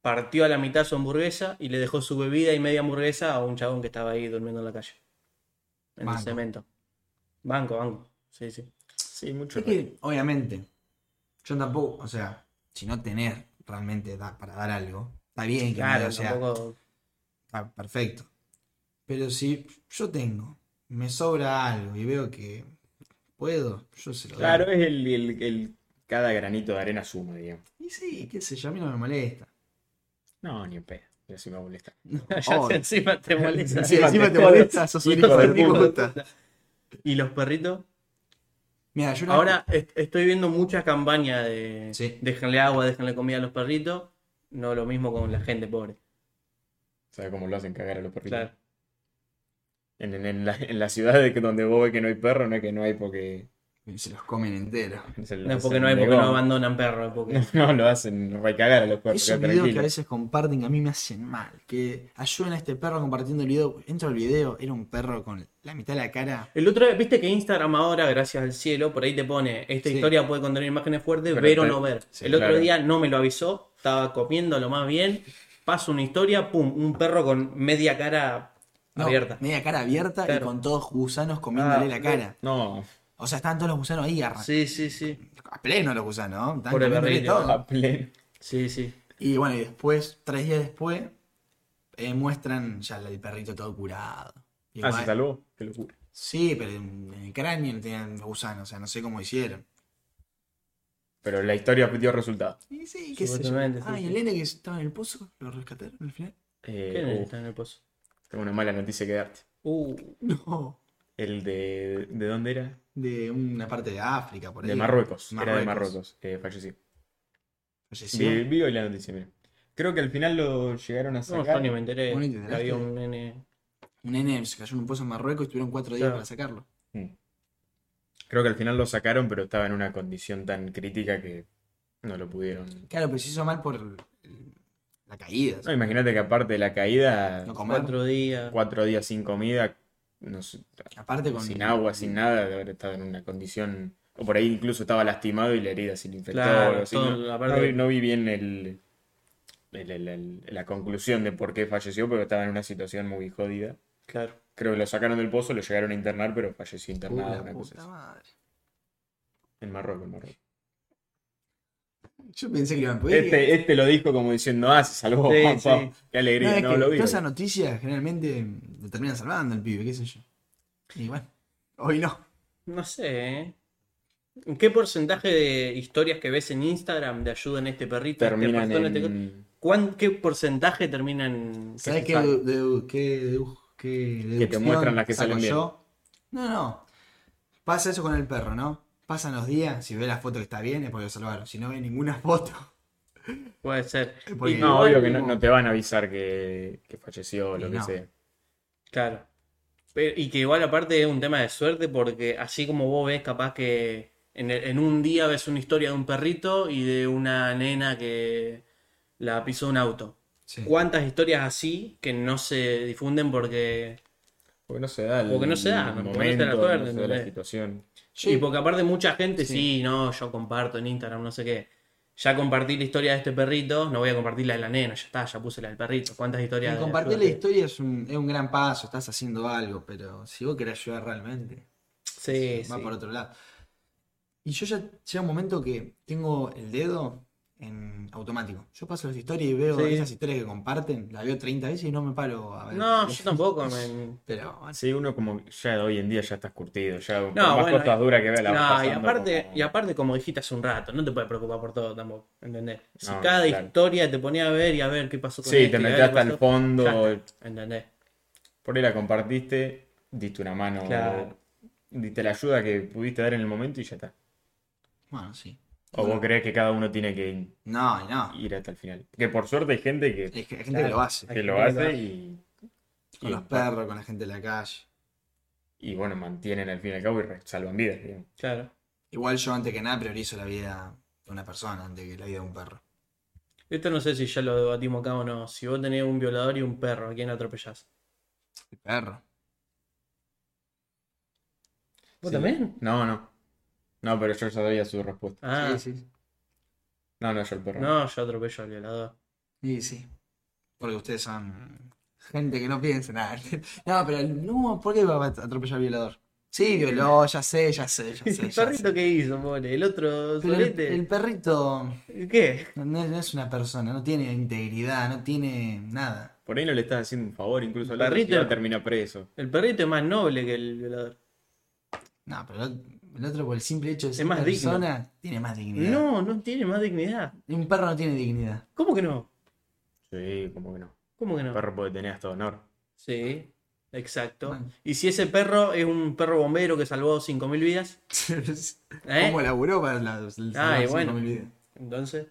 Speaker 3: partió a la mitad su hamburguesa y le dejó su bebida y media hamburguesa a un chabón que estaba ahí durmiendo en la calle. En
Speaker 1: Banco.
Speaker 3: el cemento. Banco, banco. Sí, sí.
Speaker 2: Sí, mucho.
Speaker 1: Es que, obviamente, yo tampoco, o sea, si no tener realmente da- para dar algo, está bien que no dé,
Speaker 3: Claro,
Speaker 1: o sea,
Speaker 3: tampoco.
Speaker 1: está perfecto. Pero si yo tengo, me sobra algo y veo que puedo, yo se lo
Speaker 2: Claro,
Speaker 1: doy.
Speaker 2: es el, el- el- cada granito de arena suma, digamos.
Speaker 1: Y sí, qué sé yo, a mí no me molesta.
Speaker 2: No, ni en pedo. Pero sí me molesta.
Speaker 3: Ya
Speaker 1: Oh,
Speaker 3: encima te molesta.
Speaker 1: si encima te
Speaker 2: jodes.
Speaker 1: molesta, sos un
Speaker 2: Hijo
Speaker 1: hijo
Speaker 2: de
Speaker 1: de puta.
Speaker 3: ¿Y los perritos?
Speaker 1: Mira, yo una-
Speaker 3: Ahora est- estoy viendo mucha campaña de
Speaker 1: Sí.
Speaker 3: déjenle agua, déjenle comida a los perritos. No lo mismo con la gente pobre.
Speaker 2: ¿Sabes cómo lo hacen cagar a los perritos?
Speaker 3: Claro.
Speaker 2: En, en- en la, en las ciudades que- donde vos ves que no hay perro, no es que no hay porque.
Speaker 1: se los comen enteros.
Speaker 2: se lo
Speaker 3: No es porque
Speaker 2: hacen
Speaker 3: no hay,
Speaker 2: de
Speaker 3: porque no
Speaker 2: goma.
Speaker 3: abandonan perros. es Porque...
Speaker 2: No, lo hacen no para cagar a los perros.
Speaker 1: Esos
Speaker 2: quedá
Speaker 1: videos que
Speaker 2: tranquilo.
Speaker 1: a veces comparten que a mí me hacen mal. Que ayuden a este perro compartiendo el video. Entro al video, era un perro con la mitad de la cara.
Speaker 3: El otro, día, viste que Instagram ahora, gracias al cielo, por ahí te pone, esta
Speaker 1: Sí.
Speaker 3: historia puede contener imágenes fuertes,
Speaker 2: Pero
Speaker 3: ver o
Speaker 2: te-
Speaker 3: no ver.
Speaker 2: sí,
Speaker 3: el otro
Speaker 2: claro.
Speaker 3: día no me lo avisó, estaba comiendo lo más bien, paso una historia, pum, un perro con media cara
Speaker 1: No,
Speaker 3: abierta.
Speaker 1: Media cara abierta y
Speaker 3: Claro.
Speaker 1: con todos gusanos comiéndole
Speaker 3: Ah,
Speaker 1: la cara.
Speaker 2: No,
Speaker 1: O sea, estaban todos los gusanos ahí, arran-
Speaker 3: Sí, sí, sí.
Speaker 1: a pleno los gusanos, ¿no? Estaban
Speaker 2: Por el
Speaker 1: comiéndole
Speaker 2: barril de
Speaker 1: todo.
Speaker 2: hoja pleno.
Speaker 3: Sí, sí.
Speaker 1: Y bueno, y después, tres días después, eh, muestran ya el perrito todo curado. Y
Speaker 2: Ah,
Speaker 1: bueno,
Speaker 2: se salvó. Qué locura.
Speaker 1: Sí, pero en en el cráneo no tenían gusanos, o sea, no sé cómo hicieron.
Speaker 2: Pero la historia dio resultado.
Speaker 1: Y sí, qué sé yo.
Speaker 3: Supuestamente, sí,
Speaker 1: Ah, y
Speaker 3: sí.
Speaker 1: el nene que estaba en el pozo, lo rescataron al final.
Speaker 2: Eh,
Speaker 3: ¿Quién
Speaker 2: uf,
Speaker 3: está en el pozo?
Speaker 2: tengo una mala noticia que darte.
Speaker 3: Uh,
Speaker 1: No,
Speaker 2: El de. ¿De dónde era?
Speaker 1: de una parte de África, por ahí.
Speaker 2: De Marruecos. Era de
Speaker 1: Marruecos.
Speaker 2: Marruecos. Eh, falleció.
Speaker 1: Falleció.
Speaker 2: Vi, vi hoy la noticia, mira. Creo que al final lo llegaron a
Speaker 3: no, yo
Speaker 2: sacar.
Speaker 3: ni me enteré.
Speaker 1: Bueno, ¿y te
Speaker 3: que
Speaker 2: este
Speaker 3: había
Speaker 1: enteraste?
Speaker 3: un nene.
Speaker 1: Un nene se cayó en un pozo en Marruecos y tuvieron cuatro días
Speaker 3: Claro.
Speaker 1: para sacarlo.
Speaker 2: Mm. Creo que al final lo sacaron, pero estaba en una condición tan crítica que no lo pudieron.
Speaker 1: Claro, pero se hizo mal por el- la caída.
Speaker 2: No, imagínate que aparte de la caída,
Speaker 1: No comer.
Speaker 3: Cuatro días.
Speaker 2: cuatro días sin comida, no sé,
Speaker 1: Aparte con.
Speaker 2: sin agua, sin nada, de haber estado en una condición. O por ahí incluso estaba lastimado y la herida se le infectó.
Speaker 3: Claro,
Speaker 2: algo Este, así.
Speaker 3: todo,
Speaker 2: no,
Speaker 3: aparte-
Speaker 2: no vi, no vi bien el, el- el- el- la conclusión de por qué falleció, pero estaba en una situación muy jodida.
Speaker 3: Claro.
Speaker 2: Creo que lo sacaron del pozo, lo llegaron a internar, pero falleció
Speaker 1: Uy,
Speaker 2: internado.
Speaker 1: la
Speaker 2: una cosa
Speaker 1: puta
Speaker 2: así.
Speaker 1: madre.
Speaker 2: En Marruecos, en Marruecos.
Speaker 1: Yo pensé que lo iban a poder.
Speaker 2: Este, este lo dijo como diciendo, ah, se salvó,
Speaker 3: Sí,
Speaker 2: pa, pa,
Speaker 3: sí.
Speaker 2: qué
Speaker 1: No,
Speaker 2: alegría,
Speaker 1: es
Speaker 2: no,
Speaker 1: que
Speaker 2: lo vi.
Speaker 1: Todas esas noticias generalmente lo terminan salvando el pibe, qué sé yo. Y bueno, hoy no.
Speaker 3: No sé, ¿eh? ¿Qué porcentaje de historias que ves en Instagram de ayuda en este perrito, este
Speaker 2: Terminan
Speaker 3: persona, este-
Speaker 2: en...
Speaker 3: ¿Cuán- ¿Qué porcentaje terminan?
Speaker 1: ¿Sabés
Speaker 2: se
Speaker 1: qué,
Speaker 2: salva.
Speaker 1: de, de- qué, dedu- qué deducción
Speaker 2: muestran las que
Speaker 1: saco
Speaker 2: salen bien.
Speaker 1: yo? No, no. Pasa eso con el perro, ¿no? Pasan los días, si ve la foto que está bien es porque lo salvaron. Si no ve ninguna foto,
Speaker 3: Puede ser.
Speaker 1: Eh, Porque-
Speaker 3: Y
Speaker 2: No,
Speaker 3: igual-
Speaker 2: obvio que no, no te van a avisar que, que falleció o lo
Speaker 1: Y
Speaker 2: que
Speaker 1: no.
Speaker 2: sea.
Speaker 3: Claro. Pero- y que igual aparte es un tema de suerte porque así como vos ves capaz que en, el- en un día ves una historia de un perrito y de una nena que la pisó un auto.
Speaker 1: sí.
Speaker 2: Mm.
Speaker 3: ¿Cuántas historias así que no se difunden porque...
Speaker 2: Porque no se da el
Speaker 3: Porque no se da, no- no se
Speaker 2: momento,
Speaker 3: la acuerdan,
Speaker 2: no se da la
Speaker 3: ¿entendés?
Speaker 2: situación.
Speaker 1: Sí.
Speaker 3: Y porque aparte mucha gente,
Speaker 1: Sí.
Speaker 3: sí, no, yo comparto en Instagram, no sé qué. Ya compartí la historia de este perrito, no voy a compartir la de la nena, ya está, ya puse la del perrito. ¿Cuántas historias?
Speaker 1: Y
Speaker 3: de
Speaker 1: compartir la
Speaker 3: suerte?
Speaker 1: historia es un, es un gran paso, estás haciendo algo, pero si vos querés ayudar realmente,
Speaker 3: Sí,
Speaker 1: va
Speaker 3: sí.
Speaker 1: por otro lado. Y yo ya llega un momento que tengo el dedo en automático. Yo paso las historias y veo
Speaker 3: Sí.
Speaker 1: esas historias que comparten, las veo 30 veces y no me paro a ver.
Speaker 3: No, yo tampoco. me-
Speaker 1: Pero bueno,
Speaker 2: Sí, uno como ya hoy en día ya estás curtido, ya por más
Speaker 3: bueno,
Speaker 2: cosas
Speaker 3: y-
Speaker 2: duras que vea la vas
Speaker 3: No, y
Speaker 2: pasando
Speaker 3: aparte,
Speaker 2: como-
Speaker 3: y aparte, como dijiste hace un rato, no te puedes preocupar por todo tampoco, ¿entendés? Si
Speaker 2: No,
Speaker 3: cada
Speaker 2: claro.
Speaker 3: historia te ponía a ver y a ver qué pasó con
Speaker 2: Sí,
Speaker 3: este,
Speaker 2: te
Speaker 3: y a ver
Speaker 2: metes
Speaker 3: qué
Speaker 2: hasta el
Speaker 3: pasó,
Speaker 2: fondo,
Speaker 3: ya está, ¿entendés?
Speaker 2: por ahí la compartiste, diste una mano,
Speaker 3: Claro.
Speaker 2: diste la ayuda que pudiste dar en el momento y ya está.
Speaker 1: bueno, sí.
Speaker 2: O vos crees que cada uno tiene que
Speaker 1: No, y no.
Speaker 2: ir hasta el final. Que por suerte hay gente que,
Speaker 1: Es que hay gente
Speaker 3: Claro.
Speaker 1: que lo hace.
Speaker 2: que
Speaker 3: hay
Speaker 2: lo
Speaker 3: gente que
Speaker 2: hace
Speaker 3: lo
Speaker 2: y,
Speaker 1: Con
Speaker 2: y-
Speaker 1: los perros, con la gente de la calle.
Speaker 2: y bueno, mantienen al fin y al cabo y re- salvan vidas. digamos.
Speaker 3: Claro.
Speaker 1: Igual yo antes que nada priorizo la vida de una persona antes que la vida de un perro.
Speaker 3: Esto no sé si ya lo debatimos acá o no. Si vos tenés un violador y un perro, ¿a quién atropellás?
Speaker 1: El perro.
Speaker 3: ¿Vos
Speaker 2: Sí.
Speaker 3: también?
Speaker 2: No, no. No, pero yo ya sabía su respuesta.
Speaker 3: Ah,
Speaker 1: Sí, sí.
Speaker 2: No, no, yo el perro.
Speaker 3: no, yo atropello al violador.
Speaker 1: Sí, sí. Porque ustedes son gente que no piensa nada. No, pero no, ¿por qué va a atropellar al violador? Sí, violó, ya sé, ya sé, ya sé.
Speaker 3: ¿El
Speaker 1: ya sé.
Speaker 3: perrito qué hizo, pobre? ¿El otro
Speaker 1: Pero el,
Speaker 3: solete?
Speaker 1: el perrito
Speaker 3: ¿Qué?
Speaker 1: no, no es una persona, no tiene integridad, no tiene nada.
Speaker 2: Por ahí no le estás haciendo un favor, incluso al
Speaker 3: El
Speaker 2: otro si
Speaker 3: perrito-
Speaker 2: no termina preso.
Speaker 3: El perrito es más noble que el violador.
Speaker 1: No, pero el, el otro por el simple hecho de ser
Speaker 3: más digno.
Speaker 1: persona tiene más dignidad.
Speaker 3: No, no tiene más dignidad.
Speaker 1: Un perro no tiene dignidad.
Speaker 3: ¿Cómo que no?
Speaker 2: Sí, como que no.
Speaker 3: ¿Cómo que
Speaker 2: El
Speaker 3: no?
Speaker 2: perro puede tener hasta honor.
Speaker 3: Sí, exacto.
Speaker 1: Bueno.
Speaker 3: Y si ese perro es un perro bombero que salvó 5.000 vidas, ¿eh?
Speaker 1: ¿Cómo laburó para la, la-
Speaker 3: Ay,
Speaker 1: la-
Speaker 3: bueno.
Speaker 1: mi vida?
Speaker 3: Entonces,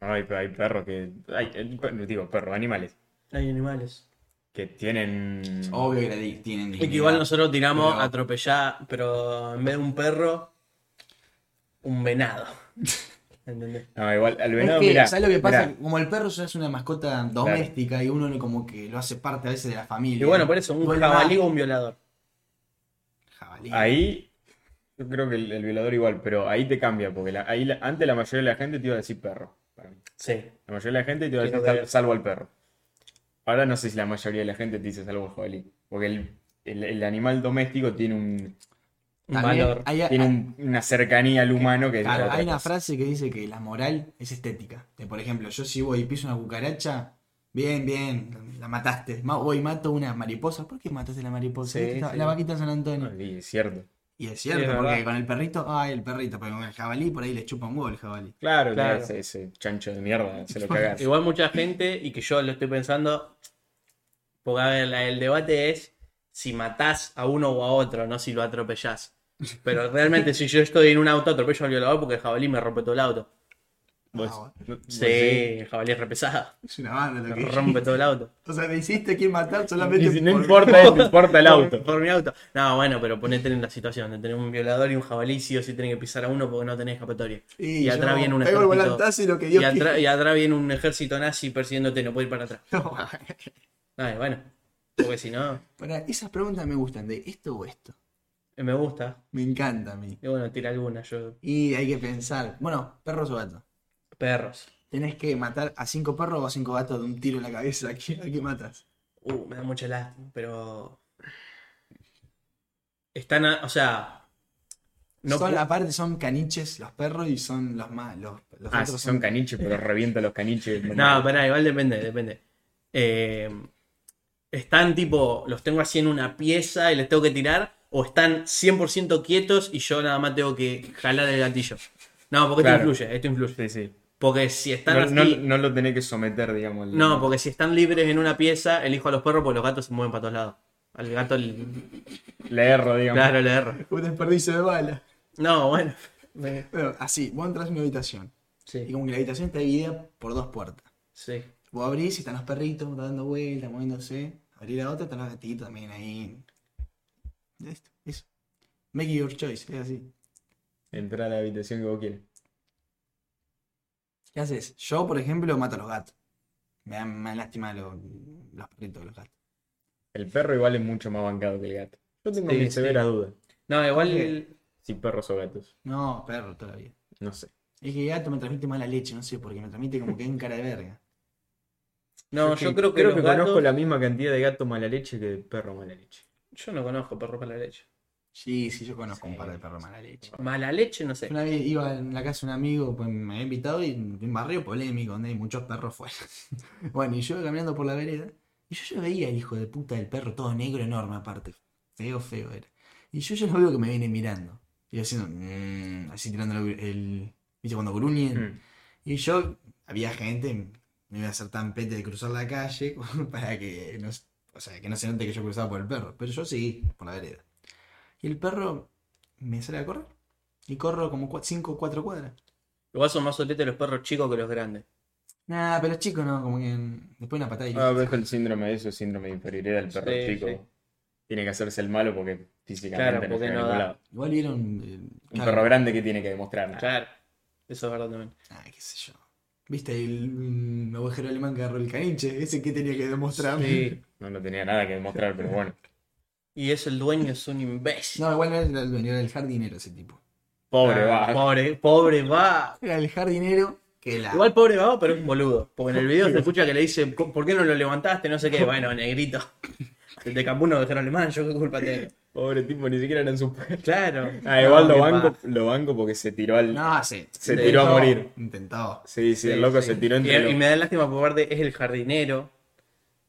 Speaker 2: Ay, pero hay perros que. Hay, el per- digo, perros, animales.
Speaker 3: hay animales.
Speaker 2: Que tienen.
Speaker 1: Obvio que la di- tienen
Speaker 3: Y
Speaker 1: dignidad.
Speaker 3: que igual nosotros tiramos
Speaker 1: Pero-
Speaker 3: atropellar, pero en vez de un perro, un venado. ¿Entendés?
Speaker 2: No, igual, al
Speaker 1: Es
Speaker 2: venado,
Speaker 1: que,
Speaker 2: mirá,
Speaker 1: ¿sabes lo que pasa?
Speaker 2: mirá,
Speaker 1: Como el perro ya es una mascota doméstica y uno como que lo hace parte a veces de la familia.
Speaker 3: Y bueno, por eso, un
Speaker 1: Duele
Speaker 3: jabalí o
Speaker 1: más.
Speaker 3: un violador.
Speaker 1: Jabalí.
Speaker 2: Ahí. Yo creo que el, el violador igual, pero ahí te cambia, porque la- ahí la- antes la mayoría de la gente te iba a decir perro. para mí.
Speaker 3: Sí.
Speaker 2: La mayoría de la gente te iba a
Speaker 3: Quiero
Speaker 2: decir
Speaker 3: ver.
Speaker 2: sal- salvo al perro. Ahora no sé si la mayoría de la gente te dice salvo al jabalí. Porque el, el- el animal doméstico tiene un, Un
Speaker 1: También
Speaker 3: valor.
Speaker 1: hay-
Speaker 2: Tiene
Speaker 1: hay-
Speaker 2: un- una cercanía al humano que es
Speaker 1: Claro,
Speaker 2: otra
Speaker 1: hay una
Speaker 2: cosa.
Speaker 1: frase que dice que la moral es estética. De, por ejemplo, yo si voy y piso una cucaracha, bien, bien, la mataste. Ma- Voy y mato una mariposa. ¿Por qué mataste la mariposa?
Speaker 2: Sí,
Speaker 1: Esta- la,
Speaker 2: sí.
Speaker 1: vaquita de San Antonio.
Speaker 2: Sí, es cierto.
Speaker 1: Y es cierto,
Speaker 3: Sí, es
Speaker 1: porque
Speaker 3: verdad.
Speaker 1: con el perrito, ay, el perrito, pero con el jabalí por ahí le chupa un huevo el jabalí.
Speaker 2: Claro,
Speaker 3: Claro.
Speaker 2: Ese, ese chancho de mierda, se lo cagas.
Speaker 3: Igual mucha gente, y que yo lo estoy pensando, porque a ver, la- el debate es si matás a uno o a otro, no si lo atropellás. Pero realmente si yo estoy en un auto, atropello al violador porque el jabalí me rompe todo el auto. Pues
Speaker 2: Vos-
Speaker 1: Ah,
Speaker 2: vos-
Speaker 3: Sí,
Speaker 2: sí.
Speaker 3: el jabalí es repesado.
Speaker 1: Es una banda lo
Speaker 3: Me
Speaker 1: que
Speaker 3: rompe todo el auto.
Speaker 1: O sea, me hiciste que matar solamente
Speaker 2: Y si No
Speaker 1: por-
Speaker 2: importa, eso, importa el auto.
Speaker 3: Por, por mi auto. No, bueno, pero ponete en la situación de tener un violador y un jabalí, sí o sí tienen que pisar a uno porque no tenés escapatoria. Y,
Speaker 1: yo
Speaker 3: atrás viene un
Speaker 1: pego el
Speaker 3: ejército-
Speaker 1: volantazo y lo que
Speaker 3: y
Speaker 1: Dios
Speaker 3: atrás,
Speaker 1: quiera.
Speaker 3: y atrás viene un ejército nazi persiguiéndote, no puedes ir para atrás.
Speaker 1: No,
Speaker 3: Ay, bueno, porque si no,
Speaker 1: pará, esas preguntas me gustan, de esto o esto.
Speaker 3: me gusta.
Speaker 1: Me encanta a mí.
Speaker 3: Y bueno, tira alguna, yo.
Speaker 1: Y hay que pensar, bueno, perros o gatos.
Speaker 3: Perros.
Speaker 1: Tenés que matar a cinco perros o a cinco gatos de un tiro en la cabeza. ¿A qué, a qué matas?
Speaker 3: Uh, me da mucha lástima, pero. Están, a- o sea. No
Speaker 1: son,
Speaker 3: pu-
Speaker 1: aparte son caniches los perros y son los más. Los, los
Speaker 2: Ah, si
Speaker 1: otros
Speaker 2: son caniches, pero revienta los caniches.
Speaker 3: No, pará, igual depende, depende. Eh, están tipo, los tengo así en una pieza y les tengo que tirar, o están 100% quietos y yo nada más tengo que jalar el gatillo. No, porque
Speaker 2: Claro.
Speaker 3: esto influye, esto influye.
Speaker 2: Sí, sí.
Speaker 3: Porque si están
Speaker 2: No,
Speaker 3: así.
Speaker 2: no- no lo tenés que someter, digamos. al-
Speaker 3: No, porque si están libres en una pieza, elijo a los perros porque los gatos se mueven para todos lados. Al gato, le-
Speaker 2: Le erro, digamos.
Speaker 3: claro, le erro.
Speaker 1: Un desperdicio de bala.
Speaker 3: No, bueno.
Speaker 1: Bueno, así, vos entras en una habitación. Y
Speaker 3: Sí,
Speaker 1: como que la habitación está dividida por dos puertas.
Speaker 3: sí.
Speaker 1: Vos abrís y están los perritos dando vueltas, moviéndose. Abrí la otra, están los gatitos también ahí. Listo, eso. Make your choice, es así.
Speaker 2: Entra a la habitación que vos quieras.
Speaker 1: ¿Qué haces? Yo, por ejemplo, mato a los gatos. Me dan más lástima los, los perritos, los gatos.
Speaker 2: El perro igual es mucho más bancado que el gato. Yo tengo
Speaker 3: Sí,
Speaker 2: mis
Speaker 3: sí.
Speaker 2: severas dudas.
Speaker 3: No, igual.
Speaker 1: Sí.
Speaker 2: Si perros o gatos.
Speaker 1: No, perro todavía.
Speaker 2: No sé.
Speaker 1: Es que gato me transmite mala leche, no sé, porque me transmite como que en cara de verga.
Speaker 3: No,
Speaker 2: Es
Speaker 3: yo creo que, los
Speaker 2: conozco
Speaker 3: gatos-
Speaker 2: la misma cantidad de gato mala leche que de perro mala leche.
Speaker 3: Yo no conozco perros para la leche.
Speaker 1: Sí, sí, yo conozco un par de
Speaker 2: Sí.
Speaker 1: perros mala leche.
Speaker 3: Mala leche, no sé.
Speaker 1: Una vez iba en la casa de un amigo, pues me había invitado y en un barrio polémico donde hay muchos perros fuera. bueno, y yo caminando por la vereda, y yo ya veía al hijo de puta del perro, todo negro enorme aparte. Feo, feo era. Y yo ya lo veo que me viene mirando. Y haciendo, "Mm", así tirando el, el- ¿Viste cuando gruñen?
Speaker 2: Mm.
Speaker 1: Y yo, había gente, me iba a hacer tan pete de cruzar la calle para que no, s- o sea, que no se note que yo cruzaba por el perro. Pero yo seguí por la vereda. Y el perro me sale a correr. Y corro como 5 o 4 cuadras.
Speaker 3: Igual son más soletes los perros chicos que los grandes.
Speaker 1: Nada, pero chicos no, como que mm, después una patada y
Speaker 2: Ah, ves el síndrome de eso, el síndrome de inferioridad del perro
Speaker 3: Sí,
Speaker 2: chico.
Speaker 3: sí.
Speaker 2: Tiene que hacerse el malo porque físicamente
Speaker 3: Claro, porque
Speaker 2: no llega a
Speaker 3: no
Speaker 2: ningún
Speaker 3: da.
Speaker 2: lado.
Speaker 1: Igual vieron. eh,
Speaker 2: Un
Speaker 1: claro,
Speaker 2: perro grande que tiene que demostrar.
Speaker 3: Claro. Eso es verdad también.
Speaker 1: Ah, qué sé yo. ¿Viste el mm, ovejero alemán que agarró el caniche? Ese que tenía que demostrar.
Speaker 3: Sí.
Speaker 2: No, no tenía nada que demostrar, pero bueno.
Speaker 3: Y eso el dueño es un imbécil.
Speaker 1: No, igual no era el dueño, era el jardinero ese tipo.
Speaker 2: Pobre,
Speaker 3: Ah,
Speaker 2: va.
Speaker 3: Pobre, pobre va.
Speaker 1: Era el jardinero que la.
Speaker 3: Igual pobre va, pero es un boludo. Porque en el video se escucha que le dice, ¿por qué no lo levantaste? No sé qué. Bueno, negrito. El de Campuno dejaron alemán, yo qué culpa tengo.
Speaker 2: Pobre tipo, ni siquiera eran sus perros.
Speaker 3: Claro.
Speaker 2: Ah, igual
Speaker 3: No,
Speaker 2: lo
Speaker 3: qué
Speaker 2: banco,
Speaker 3: paja.
Speaker 2: lo banco porque se tiró al.
Speaker 1: No, sí.
Speaker 2: Se
Speaker 1: Sí,
Speaker 2: tiró a
Speaker 1: intentó,
Speaker 2: morir.
Speaker 1: Intentó.
Speaker 2: Sí, sí, el loco
Speaker 3: Sí,
Speaker 2: se
Speaker 3: sí.
Speaker 2: tiró entre
Speaker 3: y,
Speaker 2: los-
Speaker 3: y me da lástima porque aparte es el jardinero.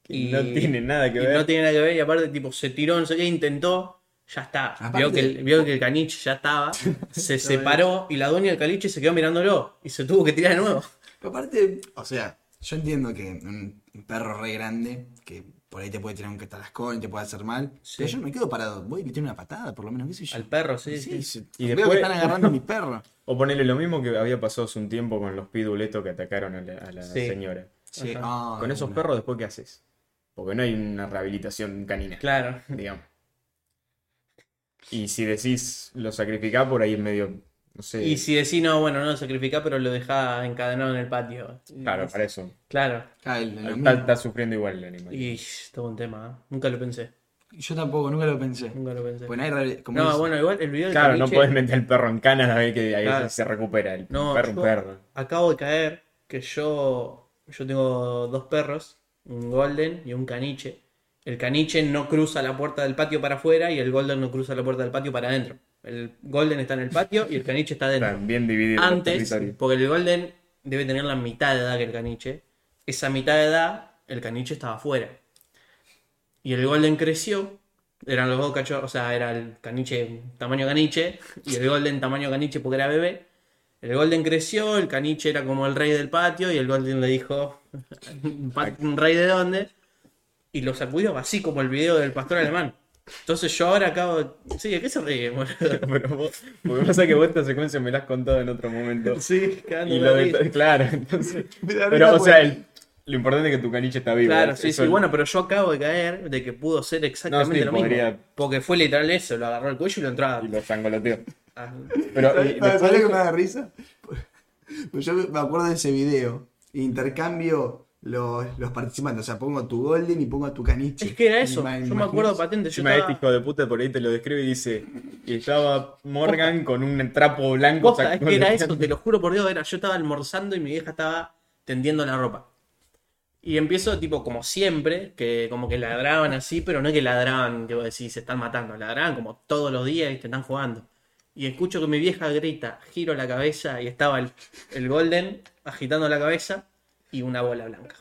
Speaker 2: y no tiene nada que
Speaker 3: y
Speaker 2: ver.
Speaker 3: no tiene nada que ver. Y aparte, tipo, se tiró, no sé qué, intentó. Ya está.
Speaker 1: Aparte-
Speaker 3: vio, que el, vio que el caniche ya estaba. se separó y la dueña del caniche se quedó mirándolo. Y se tuvo que tirar de nuevo.
Speaker 1: Pero aparte, o sea, yo entiendo que un un perro re grande, que por ahí te puede tirar un catarascón y te puede hacer mal.
Speaker 3: Sí.
Speaker 1: Pero yo me quedo parado. Voy y le tiro una patada, por lo menos, qué sé yo.
Speaker 3: Al perro, sí,
Speaker 1: Sí,
Speaker 3: sí.
Speaker 1: sí.
Speaker 2: Y
Speaker 1: Veo
Speaker 2: después-
Speaker 1: que están agarrando a mi perro.
Speaker 2: O ponerle lo mismo que había pasado hace un tiempo con los piduletos que atacaron a la, a la
Speaker 3: Sí.
Speaker 2: señora.
Speaker 1: Sí,
Speaker 3: Ajá.
Speaker 1: ah,
Speaker 2: Con esos
Speaker 1: una-
Speaker 2: perros, después, ¿qué haces? Porque no hay una rehabilitación canina,
Speaker 3: Claro.
Speaker 2: digamos. Y si decís lo sacrificás, por ahí es medio. No sé.
Speaker 3: Y si decís, no, bueno, no lo sacrificá, pero lo dejá encadenado en el patio.
Speaker 2: Claro, para eso.
Speaker 3: Claro.
Speaker 1: Ah, el- el-
Speaker 2: Está, está sufriendo igual el animal.
Speaker 3: Y todo un tema. ¿eh? Nunca lo pensé.
Speaker 1: Yo tampoco, nunca lo pensé.
Speaker 3: Nunca lo pensé.
Speaker 1: Pues no hay re- como
Speaker 3: no,
Speaker 1: es-
Speaker 3: bueno, igual el video del
Speaker 2: Claro, no
Speaker 3: caniche-
Speaker 2: podés meter al perro en canas a ver que ahí
Speaker 3: Claro.
Speaker 2: se recupera. El
Speaker 3: No,
Speaker 2: perro, un
Speaker 3: yo-
Speaker 2: perro.
Speaker 3: Acabo de caer que yo, yo tengo dos perros, un golden y un caniche. El caniche no cruza la puerta del patio para afuera y el golden no cruza la puerta del patio para adentro. El Golden está en el patio y el caniche está dentro.
Speaker 2: Están bien divididos los
Speaker 3: Antes,
Speaker 2: territorios.
Speaker 3: porque el Golden debe tener la mitad de edad que el caniche. Esa mitad de edad, el caniche estaba afuera. Y el Golden creció. Eran los dos cachorros, o sea, era el caniche tamaño caniche y el Golden tamaño caniche porque era bebé. El Golden creció, el caniche era como el rey del patio y el Golden le dijo, "Pat- ¿un rey de dónde? Y lo sacudió así como el video del pastor alemán. Entonces yo ahora acabo... Sí, ¿de qué se ríe, boludo?
Speaker 2: Pero vos, porque pasa que vos esta secuencia me la has contado en otro momento.
Speaker 3: Sí,
Speaker 2: Y lo de- claro, entonces.
Speaker 1: Me da
Speaker 2: Pero,
Speaker 1: risa,
Speaker 2: o sea,
Speaker 1: güey.
Speaker 2: el- lo importante es que tu caniche está vivo. ¿eh?
Speaker 3: Claro, sí,
Speaker 2: Eso-
Speaker 3: sí. Bueno, pero yo acabo de caer de que pudo ser exactamente
Speaker 2: No, sí,
Speaker 3: lo mismo.
Speaker 2: podría-
Speaker 3: Porque fue literal eso, lo agarró el cuello y lo entraba.
Speaker 2: Y lo sangoloteó.
Speaker 3: Ah,
Speaker 2: Pero y
Speaker 1: ¿Sabes sabes
Speaker 2: después-
Speaker 1: lo que me da risa? Pues yo me acuerdo de ese video. Intercambio los, los participantes. O sea, pongo tu Golden y pongo tu caniche.
Speaker 3: Es que era eso.
Speaker 1: Ima-
Speaker 3: Yo me acuerdo
Speaker 1: imaginas.
Speaker 3: patente. Yo
Speaker 2: Encima este hijo
Speaker 3: estaba-
Speaker 2: de puta por ahí te lo describe y dice: Y estaba Morgan con un trapo blanco.
Speaker 3: Posta, es que era
Speaker 2: sacoloteando.
Speaker 3: eso, te lo juro por Dios, era, yo estaba almorzando y mi vieja estaba tendiendo la ropa. Y empiezo, tipo, como siempre, que como que ladraban así, pero no es que ladraban, que vos decís, se están matando, ladraban como todos los días y te están jugando. Y escucho que mi vieja grita, giro la cabeza y estaba el, el Golden agitando la cabeza y una bola blanca.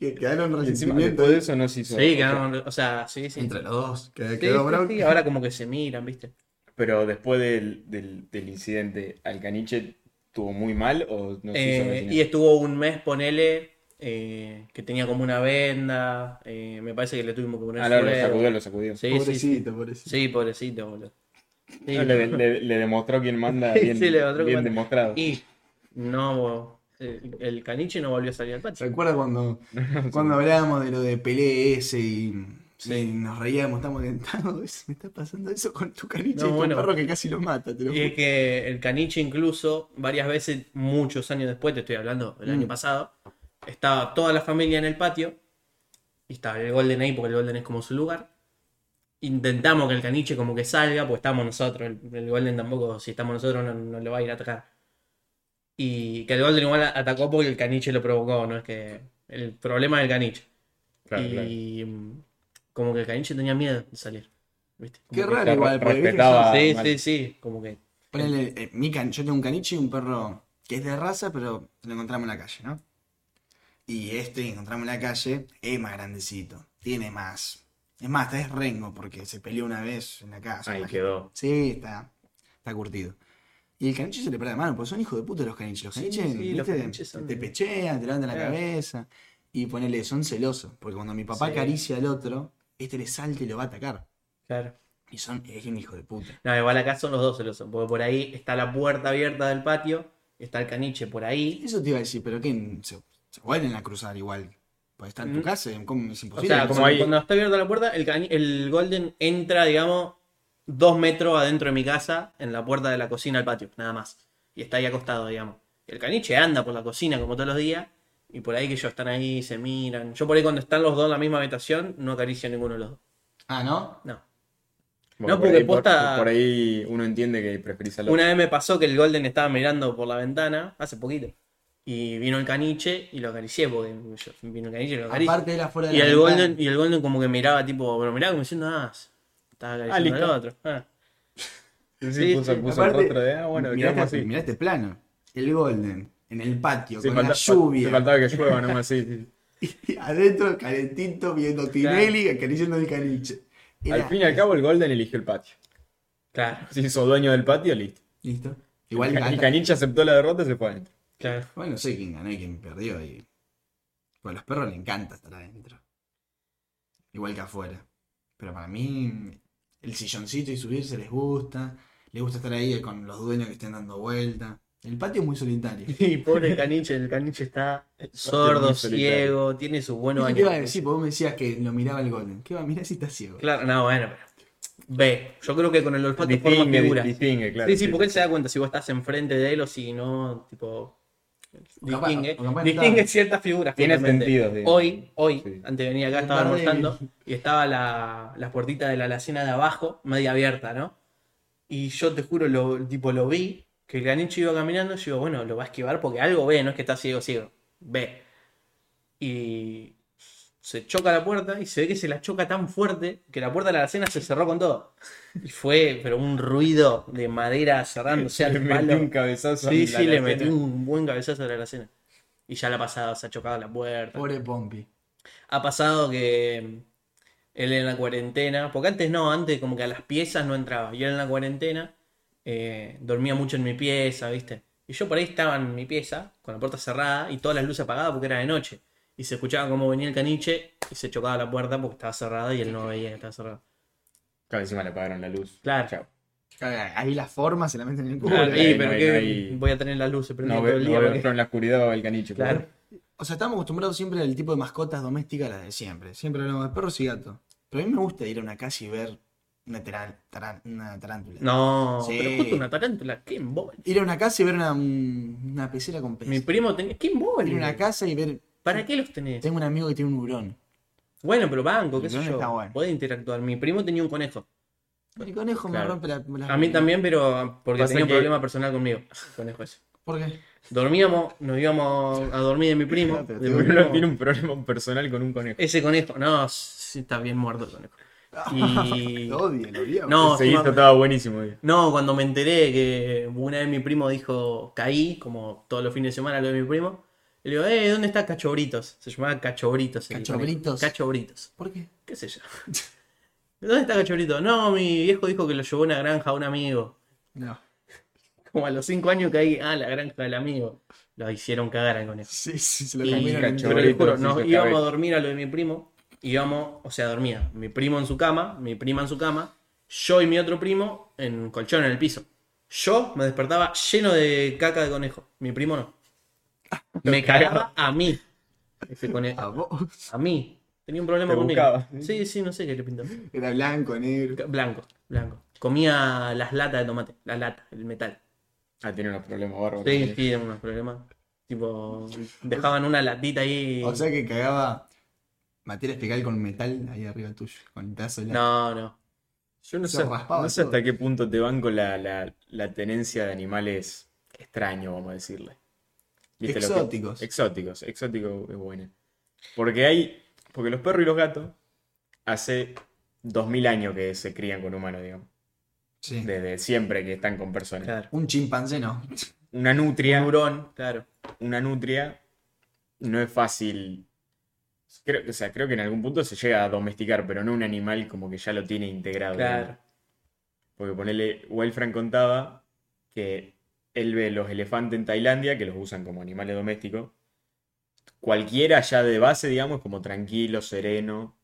Speaker 1: Que quedaron ¿eh?
Speaker 2: Y encima
Speaker 1: resentimiento.
Speaker 2: después de eso no se hizo.
Speaker 3: Sí, quedaron, o sea, sí, sí.
Speaker 1: Entre los dos. Que-
Speaker 3: Sí,
Speaker 1: quedó
Speaker 3: sí,
Speaker 1: bravo.
Speaker 3: sí, ahora como que se miran, ¿viste?
Speaker 2: Pero después del, del, del incidente, ¿al caniche estuvo muy mal o no se
Speaker 3: Eh,
Speaker 2: hizo vecino?
Speaker 3: y estuvo un mes, ponele, eh, que tenía como una venda. eh, me parece que le tuvimos que poner
Speaker 2: Ah, lo, lo
Speaker 3: fuego.
Speaker 2: sacudió, lo sacudió.
Speaker 3: Sí, sí, sí,
Speaker 1: Pobrecito, pobrecito.
Speaker 3: Sí, pobrecito, boludo. Sí.
Speaker 2: No, le, le- le demostró quién manda
Speaker 3: Ah, Sí,
Speaker 2: bien,
Speaker 3: sí, le demostró
Speaker 2: bien
Speaker 3: quién
Speaker 2: demostrado.
Speaker 3: Y no, bo- el, el caniche no volvió a salir al patio.
Speaker 1: Recuerda cuando, cuando hablábamos de lo de Pelé ese y, y nos reíamos, estamos tentados. dice, Me está pasando eso con tu caniche
Speaker 3: No,
Speaker 1: y tu
Speaker 3: bueno.
Speaker 1: perro que casi lo mata, te lo
Speaker 3: Y es
Speaker 1: juro.
Speaker 3: que el caniche incluso, varias veces, muchos años después, te estoy hablando, el
Speaker 1: Mm.
Speaker 3: año pasado, estaba toda la familia en el patio, y estaba el Golden ahí, porque el Golden es como su lugar. Intentamos que el caniche como que salga, porque estamos nosotros, el, el Golden tampoco, si estamos nosotros no, no lo va a ir a atacar. Y que el Golden igual a- atacó porque el caniche lo provocó, no es que el problema del caniche.
Speaker 2: Claro, claro.
Speaker 3: y mm, como que el caniche tenía miedo de salir. ¿viste? Como
Speaker 1: Qué
Speaker 3: que-
Speaker 1: raro
Speaker 2: Claro,
Speaker 1: Ah, igual, porque viste que
Speaker 2: respetaba-
Speaker 1: son-
Speaker 3: Sí,
Speaker 2: mal.
Speaker 3: sí, sí, como que
Speaker 1: Ponele, eh, mi can- yo tengo un caniche y un perro que es de raza, pero lo encontramos en la calle, ¿no? Y este que encontramos en la calle es más grandecito, tiene más. Es más, hasta es rengo porque se peleó una vez en la casa.
Speaker 2: Ahí
Speaker 1: imagínate.
Speaker 2: quedó.
Speaker 1: Sí, está, está curtido. Y el caniche se le para la mano, porque son hijos de puta los caniches. Los
Speaker 3: Sí,
Speaker 1: caniches,
Speaker 3: sí, los
Speaker 1: ¿viste?
Speaker 3: caniches son-
Speaker 1: te pechean, te levantan la
Speaker 3: Claro.
Speaker 1: cabeza. Y ponele, son celosos, porque cuando mi papá
Speaker 3: Sí.
Speaker 1: acaricia al otro, este le salta y lo va a atacar.
Speaker 3: Claro.
Speaker 1: Y son, es un hijo de puta.
Speaker 3: No, igual acá son los dos celosos, porque por ahí está la puerta abierta del patio, está el caniche por ahí.
Speaker 1: Eso te iba a decir, pero que se, se vuelven a cruzar igual. Pues está en tu
Speaker 3: Mm.
Speaker 1: casa, ¿cómo? es
Speaker 3: O
Speaker 1: imposible.
Speaker 3: sea,
Speaker 2: como
Speaker 3: cuando-
Speaker 2: ahí-
Speaker 3: cuando está abierta la puerta, el, cani- el Golden entra, digamos, dos metros adentro de mi casa, en la puerta de la cocina al patio, nada más. Y está ahí acostado, digamos. Y el caniche anda por la cocina como todos los días, y por ahí que ellos están ahí, se miran. Yo por ahí cuando están los dos en la misma habitación, no acaricio a ninguno de los dos.
Speaker 1: Ah, ¿no?
Speaker 3: No.
Speaker 2: Bueno,
Speaker 3: No,
Speaker 2: por
Speaker 3: porque
Speaker 2: ahí- por-
Speaker 3: posta-
Speaker 2: por ahí uno entiende que preferís al otro.
Speaker 3: Una vez me pasó que el Golden estaba mirando por la ventana, hace poquito, y vino el caniche y lo acaricié, porque yo- vino el caniche y lo acaricié.
Speaker 1: Aparte era fuera de
Speaker 3: y,
Speaker 1: la
Speaker 3: el
Speaker 1: ventana.
Speaker 3: Golden, y el Golden como que miraba, tipo, pero miraba como diciendo, ah, estaba acariciando
Speaker 2: Ah,
Speaker 3: al
Speaker 2: listo.
Speaker 3: otro. Ah.
Speaker 2: Sí,
Speaker 3: Sí,
Speaker 2: sí, puso,
Speaker 3: sí,
Speaker 2: puso
Speaker 1: aparte,
Speaker 2: el rostro de, ah, bueno,
Speaker 1: mirá,
Speaker 2: quedamos
Speaker 1: este,
Speaker 2: así.
Speaker 1: mirá este plano. El Golden, en el patio,
Speaker 2: Sí,
Speaker 1: con
Speaker 2: falta-
Speaker 1: la lluvia.
Speaker 2: sí, faltaba que llueva nomás, sí, sí.
Speaker 1: Y adentro calentito viendo Tinelli acariciando el caniche.
Speaker 2: Al
Speaker 1: Era-
Speaker 2: fin y al cabo, el Golden eligió el patio.
Speaker 3: Claro,
Speaker 2: Se hizo dueño del patio, listo.
Speaker 1: Listo. Igual
Speaker 2: el, ca- el
Speaker 1: gana-
Speaker 2: caniche aceptó la derrota y se fue adentro.
Speaker 3: claro.
Speaker 1: Bueno, no sé quién ganó y quién perdió. Y... Pues a los perros les encanta estar adentro. Igual que afuera. Pero para mí, el silloncito y subirse les gusta. Les gusta estar ahí con los dueños que estén dando vuelta. El patio es muy solitario.
Speaker 3: Y pobre caniche, el caniche está sordo,
Speaker 2: muy solitario.
Speaker 3: ciego, tiene sus buenos
Speaker 1: ¿Qué
Speaker 3: años.
Speaker 1: te iba a decir? Porque vos me decías que lo miraba el Golden. ¿Qué va? Mirá si está ciego.
Speaker 3: Claro, no, bueno, pero. Ve, yo creo que con el olfato forma
Speaker 2: Distingue,
Speaker 3: figura.
Speaker 2: distingue, claro.
Speaker 3: sí, sí, porque él se da cuenta si vos estás enfrente de él o si no, tipo.
Speaker 1: capaz-
Speaker 3: Distingue,
Speaker 1: o capaz no
Speaker 3: distingue
Speaker 1: está.
Speaker 3: ciertas figuras.
Speaker 2: Tiene
Speaker 3: justamente.
Speaker 2: sentido, digamos.
Speaker 3: Hoy, hoy,
Speaker 2: Sí.
Speaker 3: antes de venir acá,
Speaker 1: Un
Speaker 3: estaba
Speaker 1: par de-
Speaker 3: almorzando y estaba la, la puertita de la alacena de abajo, media abierta, ¿no? Y yo te juro, lo, tipo, lo vi, que el caniche iba caminando, y yo digo, bueno, lo va a esquivar porque algo ve, no es que está ciego, ciego. Ve. Y se choca la puerta y se ve que se la choca tan fuerte que la puerta de la cena se cerró con todo. Y fue, pero un ruido de madera cerrándose
Speaker 2: Le
Speaker 3: al
Speaker 2: metí
Speaker 3: palo.
Speaker 2: un cabezazo.
Speaker 3: Sí,
Speaker 2: a la
Speaker 3: sí, le
Speaker 2: alacena.
Speaker 3: metió un buen cabezazo a la alacena. Y ya la ha pasado, se ha chocado la puerta.
Speaker 1: Pobre Pompi.
Speaker 3: Ha pasado que mm, él en la cuarentena, porque antes no, antes como que a las piezas no entraba. Yo en la cuarentena eh, dormía mucho en mi pieza, ¿viste? Y yo por ahí estaba en mi pieza, con la puerta cerrada y todas las luces apagadas porque era de noche. Y se escuchaba como venía el caniche y se chocaba la puerta porque estaba cerrada y él no veía que estaba cerrada.
Speaker 2: Claro, encima le apagaron la luz.
Speaker 3: Claro.
Speaker 2: Chao.
Speaker 1: Ahí la forma se la meten en el culo.
Speaker 2: Claro,
Speaker 3: Y,
Speaker 2: no
Speaker 3: pero
Speaker 2: hay-
Speaker 3: que
Speaker 2: no hay-
Speaker 3: voy a tener las luces
Speaker 2: No,
Speaker 3: prendidas todo
Speaker 2: ve,
Speaker 3: el
Speaker 2: no
Speaker 3: día.
Speaker 2: ve
Speaker 3: porque-
Speaker 2: otro en la oscuridad o el caniche.
Speaker 3: Claro.
Speaker 1: O sea, estamos acostumbrados siempre al tipo de mascotas domésticas, las de siempre. Siempre hablamos de perros y gatos. Pero a mí me gusta ir a una calle y ver una, taran- taran- una tarántula.
Speaker 3: No,
Speaker 1: Sí.
Speaker 3: pero justo una tarántula, qué embole.
Speaker 1: Ir a una casa y ver una, un- una pecera con pez.
Speaker 3: Mi primo tenía, qué
Speaker 1: Ir a
Speaker 3: embole.
Speaker 1: una casa y ver.
Speaker 3: ¿Para qué los tenés?
Speaker 1: Tengo un amigo que tiene un hurón.
Speaker 3: Bueno, pero banco, qué
Speaker 1: El
Speaker 3: sé
Speaker 1: clon
Speaker 3: yo.
Speaker 1: está bueno.
Speaker 3: Puede interactuar. Mi primo tenía un conejo.
Speaker 1: El conejo
Speaker 2: Claro.
Speaker 1: me rompe la, la-
Speaker 3: A mí también, pero porque
Speaker 2: Pasa
Speaker 3: tenía un
Speaker 2: que-
Speaker 3: problema personal conmigo. el conejo ese.
Speaker 1: ¿Por qué?
Speaker 3: Dormíamos, nos íbamos a dormir de mi primo.
Speaker 1: Pero
Speaker 3: de mi
Speaker 2: Bruno
Speaker 3: primo.
Speaker 2: tiene un problema personal con un conejo.
Speaker 3: Ese conejo, no, sí está bien muerto el conejo. Y.
Speaker 1: Lo odio, lo odio.
Speaker 3: No,
Speaker 2: Ese guiso
Speaker 3: encima-
Speaker 2: estaba buenísimo. eh. digo.
Speaker 3: No, cuando me enteré que una vez mi primo dijo caí, como todos los fines de semana lo de mi primo, le digo, eh, ¿dónde está Cachobritos? Se llamaba Cachobritos. el
Speaker 1: Cachobritos.
Speaker 3: conejo. Cachobritos.
Speaker 1: ¿Por qué?
Speaker 3: ¿Qué sé yo? ¿Dónde está Cachobrito? No, mi viejo dijo que lo llevó a una granja a un amigo.
Speaker 1: No.
Speaker 3: Como a los cinco años caí, ah, la granja del amigo. Lo hicieron cagar al conejo.
Speaker 1: Sí, sí, se lo
Speaker 3: Y-
Speaker 1: comieron.
Speaker 2: Cacho.
Speaker 3: pero le juro,
Speaker 2: Cachobrito,
Speaker 3: nos
Speaker 2: sí,
Speaker 3: íbamos a
Speaker 2: cabe.
Speaker 3: dormir a lo de mi primo. Íbamos, o sea, dormía mi primo en su cama, mi prima en su cama, yo y mi otro primo en un colchón en el piso. Yo me despertaba lleno de caca de conejo, mi primo no. Me cagaba a mí. Ese
Speaker 1: A
Speaker 3: conejo,
Speaker 1: vos.
Speaker 3: a mí. Tenía un problema
Speaker 2: Te
Speaker 3: conmigo.
Speaker 2: buscaba.
Speaker 3: Sí, sí, no sé qué le pintó.
Speaker 1: Era blanco, negro.
Speaker 3: Blanco, blanco. Comía las latas de tomate, las latas, el metal.
Speaker 2: Ah, tiene unos problemas bárbaros. eh.
Speaker 3: Sí, sí, eran unos problemas. Tipo, dejaban una latita ahí.
Speaker 1: O sea que cagaba materia fecal con metal ahí arriba tuyo. Con el pedazo de la-
Speaker 3: No, no.
Speaker 2: Yo no
Speaker 1: Se
Speaker 2: sé,
Speaker 1: raspaba
Speaker 2: no sé
Speaker 1: todo.
Speaker 2: hasta qué punto te banco la, la, la tenencia de animales extraños, vamos a decirle. ¿Viste lo que-
Speaker 1: Exóticos.
Speaker 2: exóticos, exótico es bueno. Porque hay. Porque los perros y los gatos hace 2000 años que se crían con humanos, digamos.
Speaker 1: Sí.
Speaker 2: Desde siempre que están con personas.
Speaker 3: Claro.
Speaker 1: Un chimpancé no.
Speaker 2: Una nutria.
Speaker 3: Tiburón, claro.
Speaker 2: una nutria no es fácil. Creo, o sea, creo que en algún punto se llega a domesticar, pero no un animal como que ya lo tiene integrado.
Speaker 3: Claro.
Speaker 2: Porque ponele, Welfran contaba que él ve los elefantes en Tailandia, que los usan como animales domésticos. Cualquiera ya de base, digamos, es como tranquilo, sereno,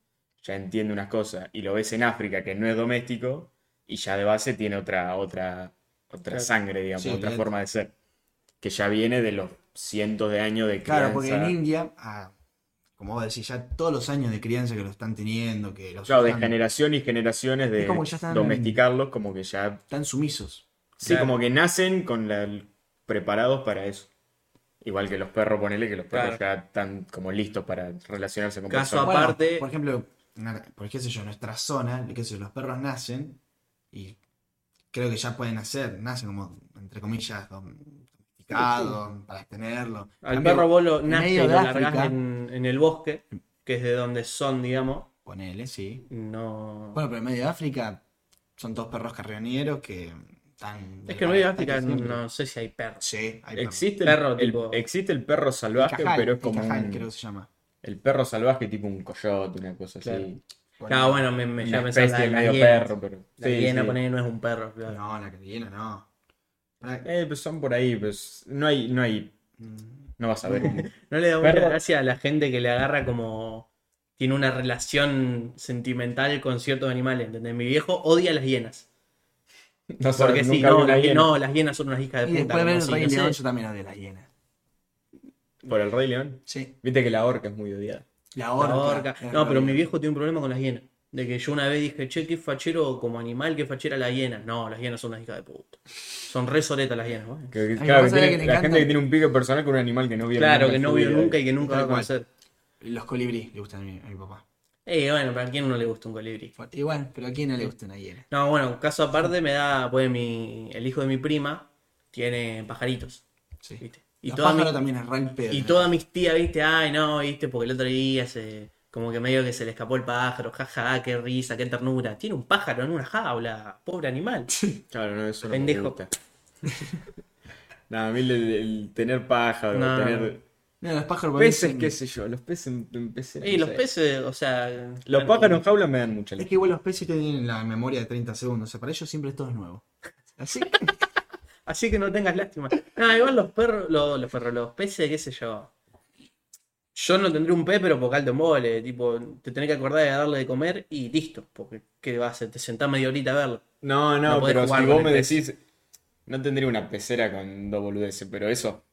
Speaker 2: ya entiende unas cosas. Y lo ves en África, que no es doméstico, y ya de base tiene otra, otra, otra
Speaker 3: Claro.
Speaker 2: sangre, digamos,
Speaker 1: Sí,
Speaker 2: otra
Speaker 1: la-
Speaker 2: forma de ser. Que ya viene de los cientos de años de
Speaker 1: Claro, porque
Speaker 2: crianza.
Speaker 1: en India, ah, como vos decís, ya todos los años de crianza que lo están teniendo, que los
Speaker 2: Claro, de
Speaker 1: están,
Speaker 2: generación y generaciones de
Speaker 1: Es como que ya están-
Speaker 2: domesticarlos, como que ya
Speaker 1: están sumisos.
Speaker 2: Sí,
Speaker 3: Claro.
Speaker 2: como que nacen con la, preparados para eso. Igual que los perros, ponele que los perros ya están como listos para relacionarse con
Speaker 3: Caso
Speaker 2: personas.
Speaker 1: Bueno,
Speaker 3: Aparte-
Speaker 1: por ejemplo, en- por qué sé yo, nuestra zona, qué sé yo, los perros nacen y creo que ya pueden nacer, nacen como, entre comillas, domesticados, para tenerlo.
Speaker 3: Al
Speaker 1: Cambio,
Speaker 3: perro vos lo
Speaker 1: en
Speaker 3: nace y
Speaker 1: medio
Speaker 3: lo
Speaker 1: de
Speaker 3: largás
Speaker 1: África-
Speaker 3: en, en el bosque, que es de donde son, digamos.
Speaker 1: Ponele, sí.
Speaker 3: No.
Speaker 1: Bueno, pero en medio de África son dos perros carrioneros que están...
Speaker 3: es que en medio de África
Speaker 1: siempre.
Speaker 3: no sé si hay perros.
Speaker 1: Sí, hay perros.
Speaker 2: Existe el,
Speaker 3: Perro,
Speaker 2: el-
Speaker 3: tipo-
Speaker 2: existe el perro salvaje,
Speaker 1: Cajal,
Speaker 2: pero es
Speaker 1: y
Speaker 2: como
Speaker 1: Cajal,
Speaker 2: un-
Speaker 1: creo que se llama.
Speaker 2: el perro salvaje tipo un coyote, una cosa
Speaker 3: Claro.
Speaker 2: así.
Speaker 3: Claro, Ah, bueno, me, me
Speaker 2: Una
Speaker 3: ya pensaba
Speaker 2: especie
Speaker 3: la, la
Speaker 2: medio
Speaker 3: hiena.
Speaker 2: perro, pero.
Speaker 3: La
Speaker 2: Sí,
Speaker 3: hiena,
Speaker 2: sí.
Speaker 3: ponele, no es un perro, claro.
Speaker 1: No, la cariena no. Pará,
Speaker 2: Eh, pues son por ahí, pues no hay, no hay,
Speaker 3: Eh,
Speaker 1: mm,
Speaker 2: no vas a ver.
Speaker 3: No le da mucha
Speaker 2: Perro.
Speaker 3: gracia a la gente que le agarra como. Tiene una relación sentimental con ciertos animales, ¿entendés? Mi viejo odia a las hienas.
Speaker 2: No sabes,
Speaker 3: Porque si
Speaker 2: nunca vi
Speaker 3: no,
Speaker 2: una
Speaker 3: las,
Speaker 2: hiena.
Speaker 3: no, las hienas son unas hijas de
Speaker 1: Y
Speaker 3: puta.
Speaker 1: después
Speaker 3: como
Speaker 1: ver el
Speaker 3: si,
Speaker 1: Rey
Speaker 3: no sé.
Speaker 1: León, yo también odio la hiena.
Speaker 2: Por el Rey León.
Speaker 1: Sí.
Speaker 2: Viste que la orca es muy odiada.
Speaker 1: La
Speaker 3: La
Speaker 1: orca.
Speaker 3: orca. No, pero mi viejo tiene un problema con las hienas. De que yo una vez dije, che, qué fachero como animal, qué fachera la hiena. No, las hienas son unas hijas de puta. Son re soretas las hienas. ¿no?
Speaker 2: Que- que-
Speaker 1: Ay, vos
Speaker 2: claro,
Speaker 1: sabés
Speaker 2: que tiene-
Speaker 1: que le
Speaker 2: la
Speaker 1: encanta.
Speaker 2: gente que tiene un pique personal con un animal que no vio
Speaker 3: Claro,
Speaker 2: nunca
Speaker 3: que
Speaker 2: en
Speaker 3: no
Speaker 2: su
Speaker 3: vio
Speaker 2: vida.
Speaker 3: nunca y que nunca va a
Speaker 1: Tal cual.
Speaker 3: conocer.
Speaker 1: Los colibrí le gustan a mi, a mi papá.
Speaker 3: Eh, bueno, ¿para quién no le gusta un colibrí?
Speaker 1: Igual, pero ¿a quién no le gustan las hienas?
Speaker 3: No, bueno, caso aparte me da, pues mi, el hijo de mi prima tiene pajaritos,
Speaker 1: Sí.
Speaker 3: ¿viste? Y
Speaker 1: Y los
Speaker 3: toda mi-
Speaker 1: pájaros también es re el pedo.
Speaker 3: Y todas mis tías, viste, ay no, viste, porque el otro día se Como que medio que se le escapó el pájaro, jaja, qué risa, qué ternura. Tiene un pájaro en una jaula, pobre animal.
Speaker 2: Claro, no, eso no
Speaker 3: Pendejo.
Speaker 2: me gusta. Nada, a mí el, el tener pájaros,
Speaker 3: No.
Speaker 2: tener
Speaker 1: Mira, los pájaros para mí
Speaker 2: peces,
Speaker 1: son-
Speaker 2: qué sé yo, los peces en- en peces.
Speaker 3: Y
Speaker 2: no
Speaker 3: los
Speaker 2: sé.
Speaker 3: peces, o sea. eh,
Speaker 2: Los pájaros en jaula me dan mucha
Speaker 1: Es
Speaker 2: luz.
Speaker 1: que igual los peces tienen la memoria de 30 segundos. O sea, para ellos siempre todo es nuevo. Así que.
Speaker 3: Así que no tengas lástima. Nada, igual los perros, los, los perros, los peces, qué sé yo. Yo no tendré un pez, pero por caldo en mole. Tipo, te tenés que acordar de darle de comer y listo. Porque, ¿qué vas a hacer? Te sentás media horita a verlo.
Speaker 2: No, no,
Speaker 3: No podés
Speaker 2: pero
Speaker 3: jugar
Speaker 2: si
Speaker 3: con
Speaker 2: vos
Speaker 3: el
Speaker 2: me
Speaker 3: pez.
Speaker 2: decís, no tendría una pecera con dos boludeces, pero eso,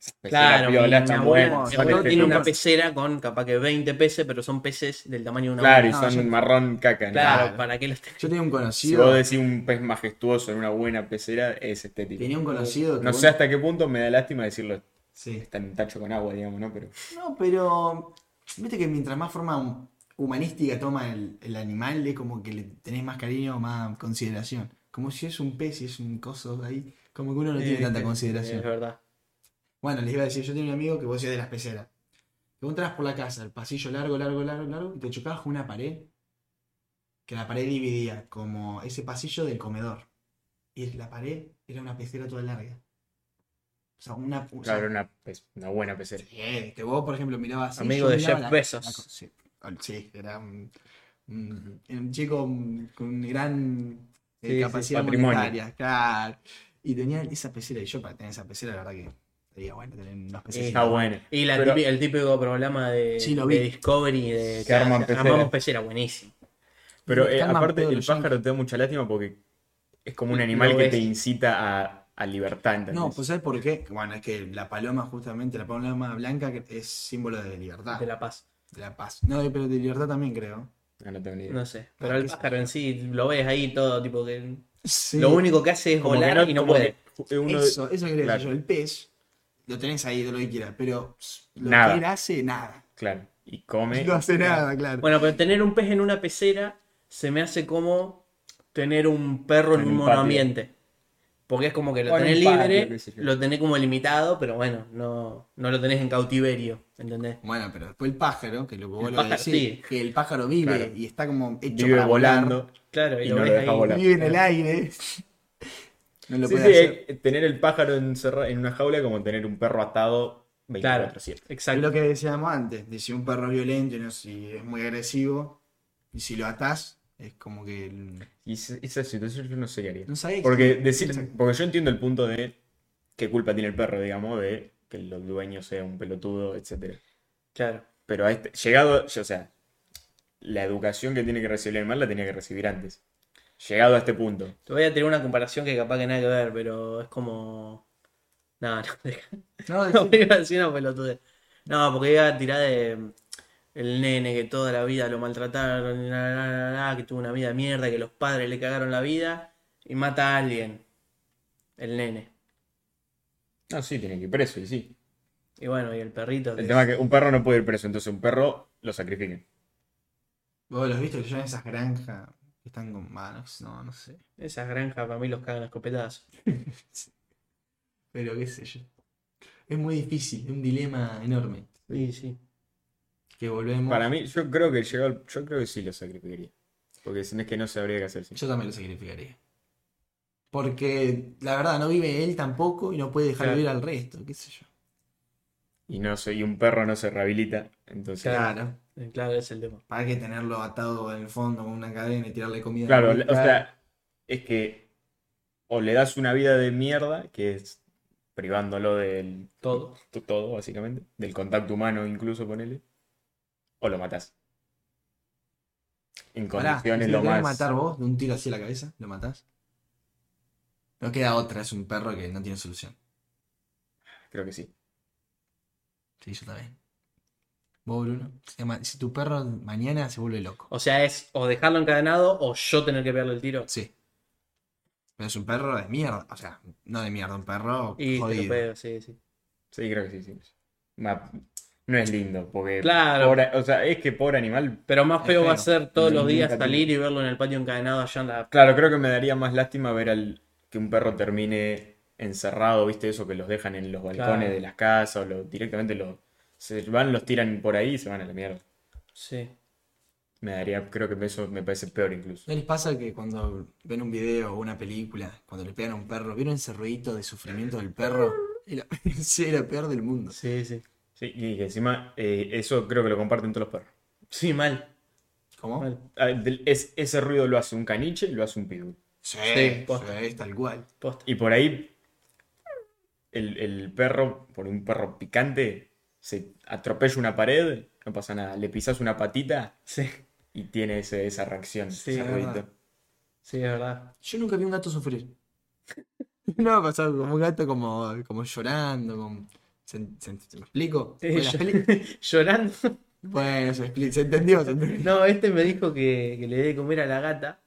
Speaker 2: esas peceras
Speaker 3: Claro, mi,
Speaker 2: piolas
Speaker 3: mi
Speaker 2: están
Speaker 3: abuela,
Speaker 2: buenas,
Speaker 3: mi
Speaker 2: son
Speaker 3: abuelo
Speaker 1: este
Speaker 3: tiene una
Speaker 1: tipo.
Speaker 3: pecera con capaz que 20 peces, pero son peces del tamaño de una
Speaker 2: Claro, y
Speaker 1: No,
Speaker 2: son
Speaker 1: yo-
Speaker 2: marrón caca. ¿no?
Speaker 3: Claro,
Speaker 1: Claro.
Speaker 3: para qué los
Speaker 1: Yo tenía un
Speaker 2: Si
Speaker 1: conocido.
Speaker 2: vos decís un pez majestuoso en una buena pecera, es estético.
Speaker 1: Tenía un conocido. que
Speaker 2: No
Speaker 1: vos-
Speaker 2: sé hasta qué punto me da lástima decirlo.
Speaker 1: Sí.
Speaker 2: Está en un tacho con agua, digamos, ¿no? Pero
Speaker 1: No, pero. Viste que mientras más forma hum- humanística toma el, el animal, es como que le tenés más cariño, más consideración. Como si es un pez y es un coso ahí. Como que uno no tiene
Speaker 3: Sí,
Speaker 1: tanta
Speaker 3: sí, Es
Speaker 1: consideración.
Speaker 3: verdad.
Speaker 1: Bueno, les iba a decir, yo tenía un amigo que vos decías de las peceras. Que vos entrabas por la casa, el pasillo largo, largo, largo, largo, y te chocabas con una pared. Que la pared dividía como ese pasillo del comedor. Y la pared era una pecera toda larga. O sea, una. o sea,
Speaker 2: claro, una, pe- una buena pecera.
Speaker 1: Sí, que vos, por ejemplo, mirabas. así,
Speaker 3: Amigo
Speaker 1: yo
Speaker 3: de
Speaker 1: miraba
Speaker 3: Jeff
Speaker 1: la-
Speaker 3: Bezos.
Speaker 1: la co- sí, Al- sí, era un, un- un chico con gran eh,
Speaker 2: Sí, sí,
Speaker 1: capacidad
Speaker 2: patrimonio.
Speaker 1: monetaria. Claro. Y tenía esa pecera. Y yo, para tener esa pecera, la verdad que sería bueno tener unos peces.
Speaker 2: Está buena.
Speaker 3: Y la
Speaker 2: Pero-
Speaker 3: típica- el típico programa de,
Speaker 1: Sí, lo
Speaker 3: de
Speaker 1: vi.
Speaker 3: Discovery de
Speaker 2: Que arman
Speaker 3: que
Speaker 2: pecera.
Speaker 3: armamos pecera, buenísimo.
Speaker 2: Pero eh,
Speaker 1: Están más
Speaker 2: aparte,
Speaker 1: pedos
Speaker 2: el
Speaker 1: los yankees.
Speaker 2: pájaro te da mucha lástima porque es como un
Speaker 3: Lo
Speaker 2: animal que
Speaker 3: ves.
Speaker 2: te incita a, a libertad, ¿entendés?
Speaker 1: No, pues ¿sabes por qué? Bueno, es que la paloma, justamente, la paloma blanca que es símbolo de libertad,
Speaker 3: De La Paz.
Speaker 1: de la paz. No, pero de libertad también creo.
Speaker 2: Ah, no tengo ni idea.
Speaker 3: No sé. Pero el
Speaker 1: qué sé
Speaker 3: pájaro en sí lo ves ahí todo, tipo que.
Speaker 1: Sí.
Speaker 3: Lo único que hace es
Speaker 2: Como que
Speaker 3: volar
Speaker 2: no-
Speaker 3: y no
Speaker 2: como
Speaker 3: puede.
Speaker 2: que uno-
Speaker 1: Eso, eso quería
Speaker 2: claro.
Speaker 1: decir yo. El pez, lo tenés ahí, todo lo que quieras, pero lo
Speaker 2: Nada.
Speaker 1: que él hace, nada.
Speaker 2: Claro. Y come.
Speaker 1: No hace nada, claro.
Speaker 3: Bueno, pero tener un pez en una pecera se me hace como tener un perro en,
Speaker 2: En
Speaker 3: un
Speaker 2: un patio.
Speaker 3: monoambiente. Porque es como que lo
Speaker 2: O en
Speaker 3: tenés
Speaker 2: un patio,
Speaker 3: libre,
Speaker 2: qué sé yo.
Speaker 3: lo tenés como limitado, pero bueno, no, no lo tenés en cautiverio, ¿entendés?
Speaker 1: Bueno, pero después el pájaro, que lo que vos
Speaker 3: El
Speaker 1: lo
Speaker 3: pájaro,
Speaker 1: decís,
Speaker 3: sí.
Speaker 1: que el pájaro vive
Speaker 2: Claro.
Speaker 1: y está como hecho
Speaker 2: Vive
Speaker 1: para volar,
Speaker 2: volando.
Speaker 3: Claro, y,
Speaker 2: Y
Speaker 3: lo
Speaker 2: no lo
Speaker 3: ves
Speaker 2: deja
Speaker 3: ahí.
Speaker 2: volar.
Speaker 1: vive en el aire. No lo
Speaker 2: Sí,
Speaker 1: puede
Speaker 2: sí,
Speaker 1: hacer.
Speaker 2: eh, tener el pájaro encerrado en una jaula es como tener un perro atado
Speaker 3: Claro,
Speaker 2: 24-7.
Speaker 1: Es
Speaker 3: exacto.
Speaker 1: lo que decíamos antes, de si un perro es violento y no, si es muy agresivo, y si lo atás, es como que... el-
Speaker 2: Y esa esa situación yo no sé qué haría.
Speaker 1: No sabés.
Speaker 2: Porque decir, porque yo entiendo el punto de qué culpa tiene el perro, digamos, de que el dueño sea un pelotudo, etcétera.
Speaker 3: Claro.
Speaker 2: Pero a este, llegado, o sea, la educación que tiene que recibir el animal la tenía que recibir antes. Llegado a este punto.
Speaker 3: Te voy a tener una comparación que capaz que nada que ver, pero es como. No, no, deja.
Speaker 1: No,
Speaker 3: No,
Speaker 1: decí-
Speaker 3: iba a decir una pelotudez. No, porque iba a tirar de el nene que toda la vida lo maltrataron, la, la, la, la, que tuvo una vida de mierda, que los padres le cagaron la vida y mata a alguien. El nene.
Speaker 2: No, sí, tiene que ir preso, y sí.
Speaker 3: Y bueno, y el perrito. que
Speaker 2: El tema es que un perro no puede ir preso, entonces un perro lo sacrifican.
Speaker 1: Vos los viste que yo en esas granjas que están con manos, no, no sé.
Speaker 3: Esas granjas para mí los cagan a escopetazos.
Speaker 1: Pero qué sé yo. Es muy difícil, es un dilema enorme.
Speaker 3: Sí, sí.
Speaker 1: Que volvemos.
Speaker 2: Para mí, yo creo que llegó, al- yo creo que sí lo sacrificaría. Porque si no es que no se habría que hacer. sí.
Speaker 1: Yo también lo sacrificaría. Porque la verdad no vive él tampoco y no puede dejar
Speaker 3: Claro.
Speaker 1: vivir al resto, qué sé yo.
Speaker 2: Y no sé, y un perro no se rehabilita, entonces.
Speaker 1: Claro.
Speaker 3: Eh, Claro, es el tema.
Speaker 1: ¿Para qué tenerlo atado en el fondo con una cadena y tirarle comida?
Speaker 2: Claro,
Speaker 1: rica?
Speaker 2: o sea, es que o le das una vida de mierda, que es privándolo del
Speaker 3: Todo.
Speaker 2: t- todo, básicamente, del contacto humano incluso, ponele, o lo matás. En
Speaker 1: Pará,
Speaker 2: condiciones
Speaker 1: si
Speaker 2: lo
Speaker 1: lo querés
Speaker 2: más...
Speaker 1: matar vos de un tiro así a la cabeza? ¿Lo matás? No queda otra, es un perro que no tiene solución.
Speaker 2: Creo que sí.
Speaker 1: Sí, yo también. Vos, Bruno. Es más, Si tu perro mañana se vuelve loco.
Speaker 3: O sea, es o dejarlo encadenado o yo tener que pegarle el tiro.
Speaker 1: Sí. Pero es un perro de mierda. O sea, no de mierda, un perro
Speaker 3: Y te lo
Speaker 1: jodido.
Speaker 3: pego, sí, sí.
Speaker 2: Sí, creo que sí, sí. Ma- No es lindo, porque...
Speaker 3: Claro.
Speaker 2: pobre- o sea, es que pobre animal...
Speaker 3: Pero más
Speaker 1: Es
Speaker 3: feo va a
Speaker 1: feo.
Speaker 3: ser todos
Speaker 2: No,
Speaker 3: los días
Speaker 2: nunca
Speaker 3: salir y verlo en el patio encadenado allá en la.
Speaker 2: Claro, creo que me daría más lástima ver al que un perro termine encerrado, viste, eso que los dejan en los balcones
Speaker 3: Claro.
Speaker 2: de las casas o lo- directamente los... Se van, los tiran por ahí y se van a la mierda.
Speaker 3: Sí.
Speaker 2: Me daría, creo que eso me parece peor incluso.
Speaker 1: ¿No les pasa que cuando ven un video o una película, cuando le pegan a un perro, ¿vieron ese ruidito de sufrimiento del perro? Era, sí, era peor del mundo.
Speaker 3: Sí, sí.
Speaker 2: Sí, y que encima, eh, eso creo que lo comparten todos los perros.
Speaker 3: Sí, mal.
Speaker 1: ¿Cómo?
Speaker 3: mal.
Speaker 2: Ah, del- es- ese ruido lo hace un caniche y lo hace un pitbull.
Speaker 1: Sí,
Speaker 3: Sí, posta.
Speaker 1: sí, tal cual.
Speaker 3: Posta.
Speaker 2: Y por ahí, el, el perro, por un perro picante, se atropella una pared, no pasa nada. Le pisas una patita
Speaker 3: Sí,
Speaker 2: y tiene ese- esa reacción.
Speaker 3: Sí,
Speaker 2: ese
Speaker 1: es
Speaker 2: ruidito.
Speaker 1: verdad.
Speaker 3: sí, es verdad.
Speaker 1: Yo nunca vi un gato sufrir. No, me pasaba como un gato como, como llorando, como... ¿Se, se- se me explico?
Speaker 3: Sí,
Speaker 1: Bueno, las
Speaker 3: yo-
Speaker 1: peli-
Speaker 3: Llorando.
Speaker 1: Bueno, se, expli- se entendió, se entendió.
Speaker 3: No, este me dijo que, que le dé de comer a la gata.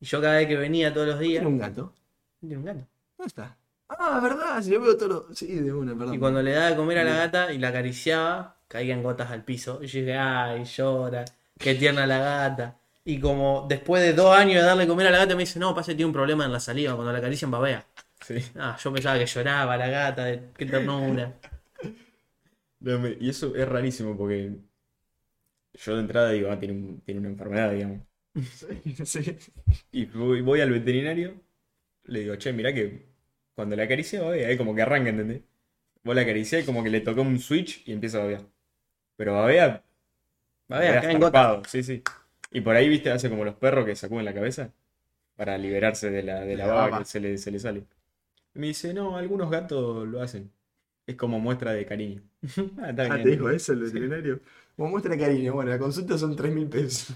Speaker 3: Y yo cada vez que venía todos los días.
Speaker 1: Era un gato.
Speaker 3: Tiene un gato.
Speaker 1: ¿Dónde está? Ah, verdad, si yo veo todo lo... Sí, de una, perdón.
Speaker 3: Y cuando le daba de comer a la gata y la acariciaba, caían gotas al piso. Y yo dije, ay, llora, qué tierna la gata. Y como después de dos años de darle de comer a la gata, me dice, no, pasa que tiene un problema en la saliva, cuando la acarician babea.
Speaker 2: Sí.
Speaker 3: Ah, yo pensaba que lloraba la gata, de- qué ternura.
Speaker 2: No, me- Y eso es rarísimo porque yo de entrada digo, ah, tiene, un- tiene una enfermedad, digamos.
Speaker 1: Sí.
Speaker 2: Y voy, voy al veterinario, le digo, che, mirá que cuando la acaricia babea, es como que arranca, ¿entendés? Vos la acariciás y como que le tocó un switch y empieza a babear. Pero babea,
Speaker 3: Babea, caen gotas.
Speaker 2: zarpado, sí, sí. Y por ahí, viste, hace como los perros que sacuden la cabeza para liberarse de la, de la
Speaker 1: la
Speaker 2: baba
Speaker 1: baba.
Speaker 2: que se le, se le sale. Y me dice, no, algunos gatos lo hacen. Es como muestra de cariño. Ah, está
Speaker 1: Ah,
Speaker 2: bien.
Speaker 1: te dijo eso el veterinario. Como muestra cariño, bueno, la consulta son 3 mil pesos.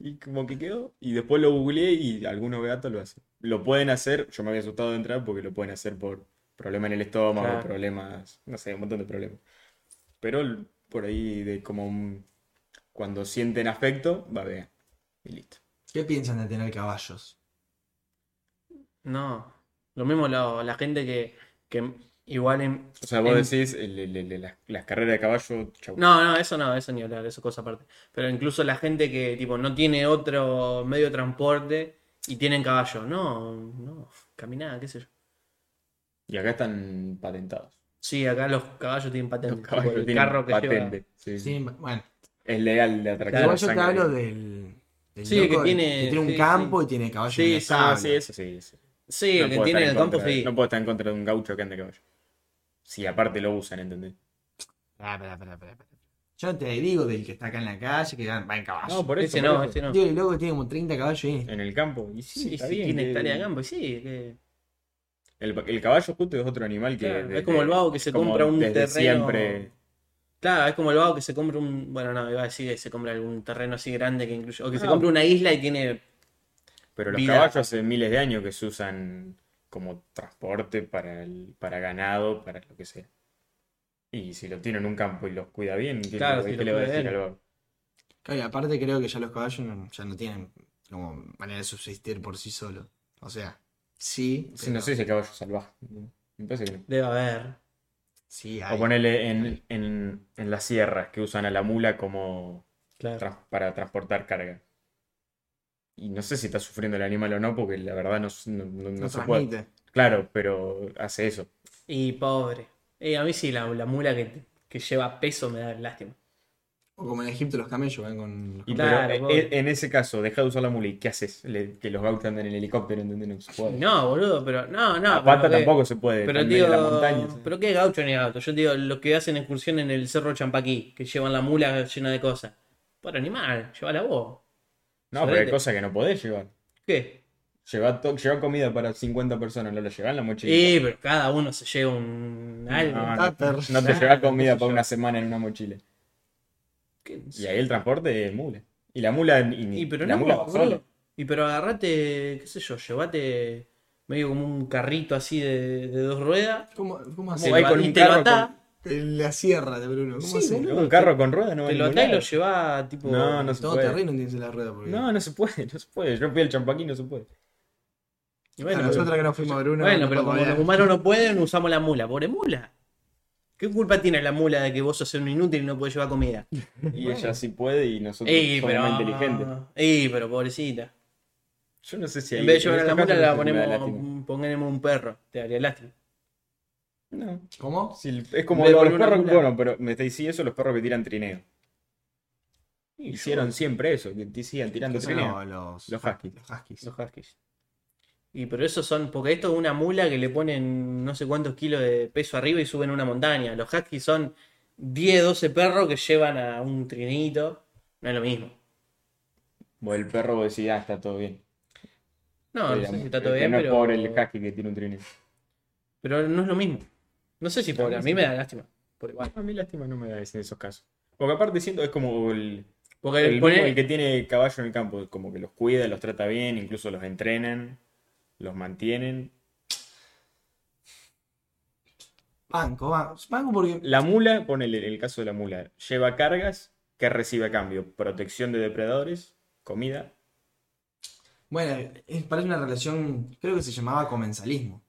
Speaker 2: Y como que quedó. Y después lo googleé y algunos gatos lo hacen. Lo pueden hacer, yo me había asustado de entrar porque lo pueden hacer por problemas en el estómago,
Speaker 3: Claro.
Speaker 2: problemas, no sé, un montón de problemas. Pero l- por ahí de como un- cuando sienten afecto, babean. Y listo.
Speaker 1: ¿Qué piensan de tener caballos?
Speaker 3: No, lo mismo lo- la gente que, que igual en...
Speaker 2: O sea, vos
Speaker 3: En-
Speaker 2: decís el- el- el- las, las carreras de caballo, chau.
Speaker 3: No, no, eso no, eso ni hablar, eso es cosa aparte. Pero incluso la gente que tipo no tiene otro medio de transporte y tienen caballo. No, no, caminada, qué sé yo.
Speaker 2: Y acá están patentados.
Speaker 3: Sí, acá los caballos tienen patente.
Speaker 2: Los
Speaker 3: tipo,
Speaker 2: caballos
Speaker 3: el
Speaker 2: tienen
Speaker 3: carro que
Speaker 2: patente.
Speaker 3: lleva.
Speaker 2: Sí, sí.
Speaker 1: Sí, bueno.
Speaker 2: Es legal de atracar
Speaker 1: Igual
Speaker 2: la
Speaker 1: yo te
Speaker 2: sangre.
Speaker 1: hablo del. del
Speaker 3: Sí, que
Speaker 1: loco
Speaker 3: tiene-
Speaker 1: que tiene un
Speaker 3: sí,
Speaker 1: campo y tiene caballos en
Speaker 3: Sí,
Speaker 1: la
Speaker 3: sí,
Speaker 2: Ah,
Speaker 1: tabla.
Speaker 2: sí, eso sí, sí.
Speaker 3: Sí, el
Speaker 2: No
Speaker 3: que
Speaker 2: puedo
Speaker 3: tiene
Speaker 2: estar
Speaker 3: en
Speaker 2: en
Speaker 3: el campo,
Speaker 2: contra de-
Speaker 3: sí.
Speaker 2: No puedo estar en contra de un gaucho que ande a caballo. Si aparte lo usan, ¿entendés?
Speaker 1: Ah, pará, pará, pará, pará. Yo no te digo del que está acá en la calle que va va en caballo.
Speaker 2: por
Speaker 3: ese no, ese no.
Speaker 1: Digo, el loco tiene como 30 caballos y
Speaker 2: En el campo. Y sí,
Speaker 3: Sí,
Speaker 2: está
Speaker 3: sí,
Speaker 2: bien,
Speaker 3: tiene
Speaker 2: que-
Speaker 3: hectárea de campo, y sí. que-
Speaker 2: El, el caballo justo es otro animal que.
Speaker 3: claro, es
Speaker 2: desde-
Speaker 3: como el vago que se
Speaker 2: como
Speaker 3: compra un
Speaker 2: desde
Speaker 3: terreno.
Speaker 2: Siempre.
Speaker 3: Claro, es como el vago que se compra un. Bueno, no, iba a decir que se compra algún terreno así grande que incluye. O que se
Speaker 2: Ah.
Speaker 3: compra una isla y tiene.
Speaker 2: Pero los
Speaker 3: vida.
Speaker 2: caballos hace miles de años que se usan como transporte para, el, para ganado, para lo que sea. Y si lo tiene en un campo y los cuida bien, ¿qué,
Speaker 3: Claro,
Speaker 2: le-
Speaker 3: si
Speaker 2: qué
Speaker 3: lo
Speaker 2: le va a
Speaker 3: cuida
Speaker 2: decir
Speaker 3: él.
Speaker 2: al vago?
Speaker 1: Claro, y aparte creo que ya los caballos no, ya no tienen como manera de subsistir por sí solos. O sea, sí.
Speaker 2: Sí, no
Speaker 1: pero-
Speaker 2: sé si el caballo es salvaje. Me parece que no.
Speaker 3: Debe haber.
Speaker 1: Sí,
Speaker 2: O
Speaker 1: hay.
Speaker 2: ponele en, en, en las sierras que usan a la mula como
Speaker 3: Claro.
Speaker 2: tras- para transportar carga. Y no sé si está sufriendo el animal o no, porque la verdad no, s- no, no- no
Speaker 1: No
Speaker 2: se puede.
Speaker 1: transmite.
Speaker 2: Claro, pero hace eso.
Speaker 3: Y pobre. Eh, a mí sí, la, la mula que, que lleva peso me da lástima.
Speaker 1: O como en Egipto los camellos van con los
Speaker 2: Y
Speaker 3: Claro,
Speaker 2: pero,
Speaker 3: pobre.
Speaker 2: eh, en ese caso, deja de usar la mula y ¿qué haces? Le- que los gauchos andan en helicóptero, ¿entendés? No se puede.
Speaker 3: No, boludo, pero. No, no.
Speaker 2: a Oh. pata
Speaker 3: pero que-
Speaker 2: tampoco se puede.
Speaker 3: Pero
Speaker 2: también en
Speaker 3: digo,
Speaker 2: la montaña.
Speaker 3: pero qué gaucho ni gaucho. Yo digo, los que hacen excursión en el Cerro Champaquí, que llevan la mula llena de cosas. Por animal, llévala vos.
Speaker 2: No, pero hay
Speaker 3: Sorete.
Speaker 2: cosas que no podés llevar.
Speaker 3: ¿Qué?
Speaker 2: Llevar, to- llevar comida para 50 personas, no lo llevas en la mochila.
Speaker 3: Eh, pero cada uno se lleva un algo.
Speaker 2: No, no,
Speaker 1: tupper.
Speaker 2: no te
Speaker 3: Claro,
Speaker 2: llevas
Speaker 3: qué
Speaker 2: comida
Speaker 3: sé
Speaker 2: para
Speaker 3: yo.
Speaker 2: una semana en una mochila.
Speaker 3: ¿Qué?
Speaker 2: Y ahí el transporte es mula. Y la mula. Y,
Speaker 3: Y pero
Speaker 2: la
Speaker 3: no,
Speaker 2: mula va
Speaker 3: boludo.
Speaker 2: sola.
Speaker 3: Y pero agarrate, qué sé yo, llevate medio como un carrito así de, de dos ruedas.
Speaker 1: ¿Cómo, cómo
Speaker 2: ¿Cómo
Speaker 1: hace?
Speaker 2: va
Speaker 3: va-
Speaker 2: y con
Speaker 3: y
Speaker 2: un
Speaker 3: te lo
Speaker 2: carro
Speaker 3: atás,
Speaker 2: con-
Speaker 1: En la sierra de Bruno. ¿Cómo
Speaker 3: Sí,
Speaker 1: hace?
Speaker 3: boludo.
Speaker 2: Un carro con ruedas no va a
Speaker 3: te lo
Speaker 2: ningún
Speaker 3: atás y
Speaker 2: lado.
Speaker 3: lo llevas tipo.
Speaker 2: No, no se
Speaker 1: Todo
Speaker 2: puede.
Speaker 1: terreno tiene la rueda. Porque...
Speaker 2: No, no se puede, no se puede. Yo fui al champaquí y no se puede.
Speaker 3: Y
Speaker 1: Bueno,
Speaker 3: bueno,
Speaker 1: nosotros que no fuimos a Bruno.
Speaker 3: Bueno,
Speaker 1: no
Speaker 3: pero
Speaker 1: podemos
Speaker 3: como los
Speaker 1: hablar.
Speaker 3: humanos no pueden, usamos la mula. Pobre mula. ¿Qué culpa tiene la mula de que vos sos un inútil y no podés llevar comida?
Speaker 2: Y ella sí puede y nosotros
Speaker 3: Ey,
Speaker 2: somos
Speaker 3: pero.
Speaker 2: más inteligentes.
Speaker 3: Ey, pero pobrecita.
Speaker 2: Yo no sé si
Speaker 3: en
Speaker 2: ahí-
Speaker 3: vez de llevar a
Speaker 2: ese
Speaker 3: la
Speaker 2: caso no
Speaker 3: mula, la
Speaker 2: sé si me da lástima.
Speaker 3: ponemos, pongamos un perro. Te daría lástima.
Speaker 2: No.
Speaker 1: ¿Cómo?
Speaker 2: Si el- es como
Speaker 3: Me
Speaker 2: los
Speaker 3: volvió una
Speaker 2: perros.
Speaker 3: mula.
Speaker 2: Bueno, pero me decís eso los perros que tiran trineo. Hicieron siempre eso, que te sigan tirando
Speaker 1: ¿Qué son
Speaker 2: trineo.
Speaker 1: los, los,
Speaker 2: Los huskies.
Speaker 1: Los huskies.
Speaker 3: Los huskies. Y pero esos son, porque esto es una mula que le ponen no sé cuántos kilos de peso arriba y suben una montaña. Los huskies son 10, 12 perros que llevan a un trinito. No es lo mismo.
Speaker 2: O el perro vos decís, ah, está todo bien.
Speaker 3: No, no
Speaker 2: Digamos,
Speaker 3: sé si está todo
Speaker 2: que
Speaker 3: bien,
Speaker 2: Ah, eh, no
Speaker 3: pero.
Speaker 2: es pobre el husky que tiene un trineo.
Speaker 3: Pero no es lo mismo. No sé si pobre, a mí me da lástima. Por igual.
Speaker 2: A mí lástima no me da ese- en esos casos. Porque aparte siento es como el,
Speaker 3: Porque
Speaker 2: el,
Speaker 3: el,
Speaker 2: mismo, el que tiene caballo en el campo, como que los cuida, los trata bien, incluso los entrenan, los mantienen.
Speaker 1: Banco, banco. Banco porque.
Speaker 2: La mula, ponele el caso de la mula, lleva cargas que recibe a cambio, protección de depredadores, comida.
Speaker 1: Bueno, es- parece una relación. Creo que se llamaba comensalismo.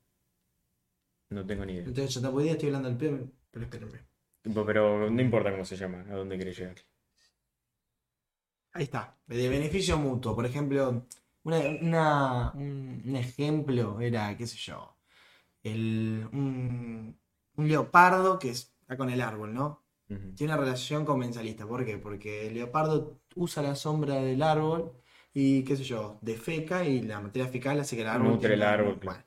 Speaker 2: No tengo ni idea.
Speaker 1: Entonces, yo tampoco estoy hablando del pie, pero espérenme.
Speaker 2: Tipo, Pero no importa cómo se llama, a dónde querés llegar.
Speaker 1: Ahí está, de beneficio mutuo. Por ejemplo, una, una- un, un ejemplo era, qué sé yo, el, un, un leopardo que es- está con el árbol, ¿no?
Speaker 2: Ujú.
Speaker 1: Tiene una relación comensalista. ¿Por qué? Porque el leopardo usa la sombra del árbol y, qué sé yo, defeca y la materia fecal hace que el árbol...
Speaker 2: Nutre
Speaker 1: tenga-
Speaker 2: el árbol,
Speaker 1: bueno.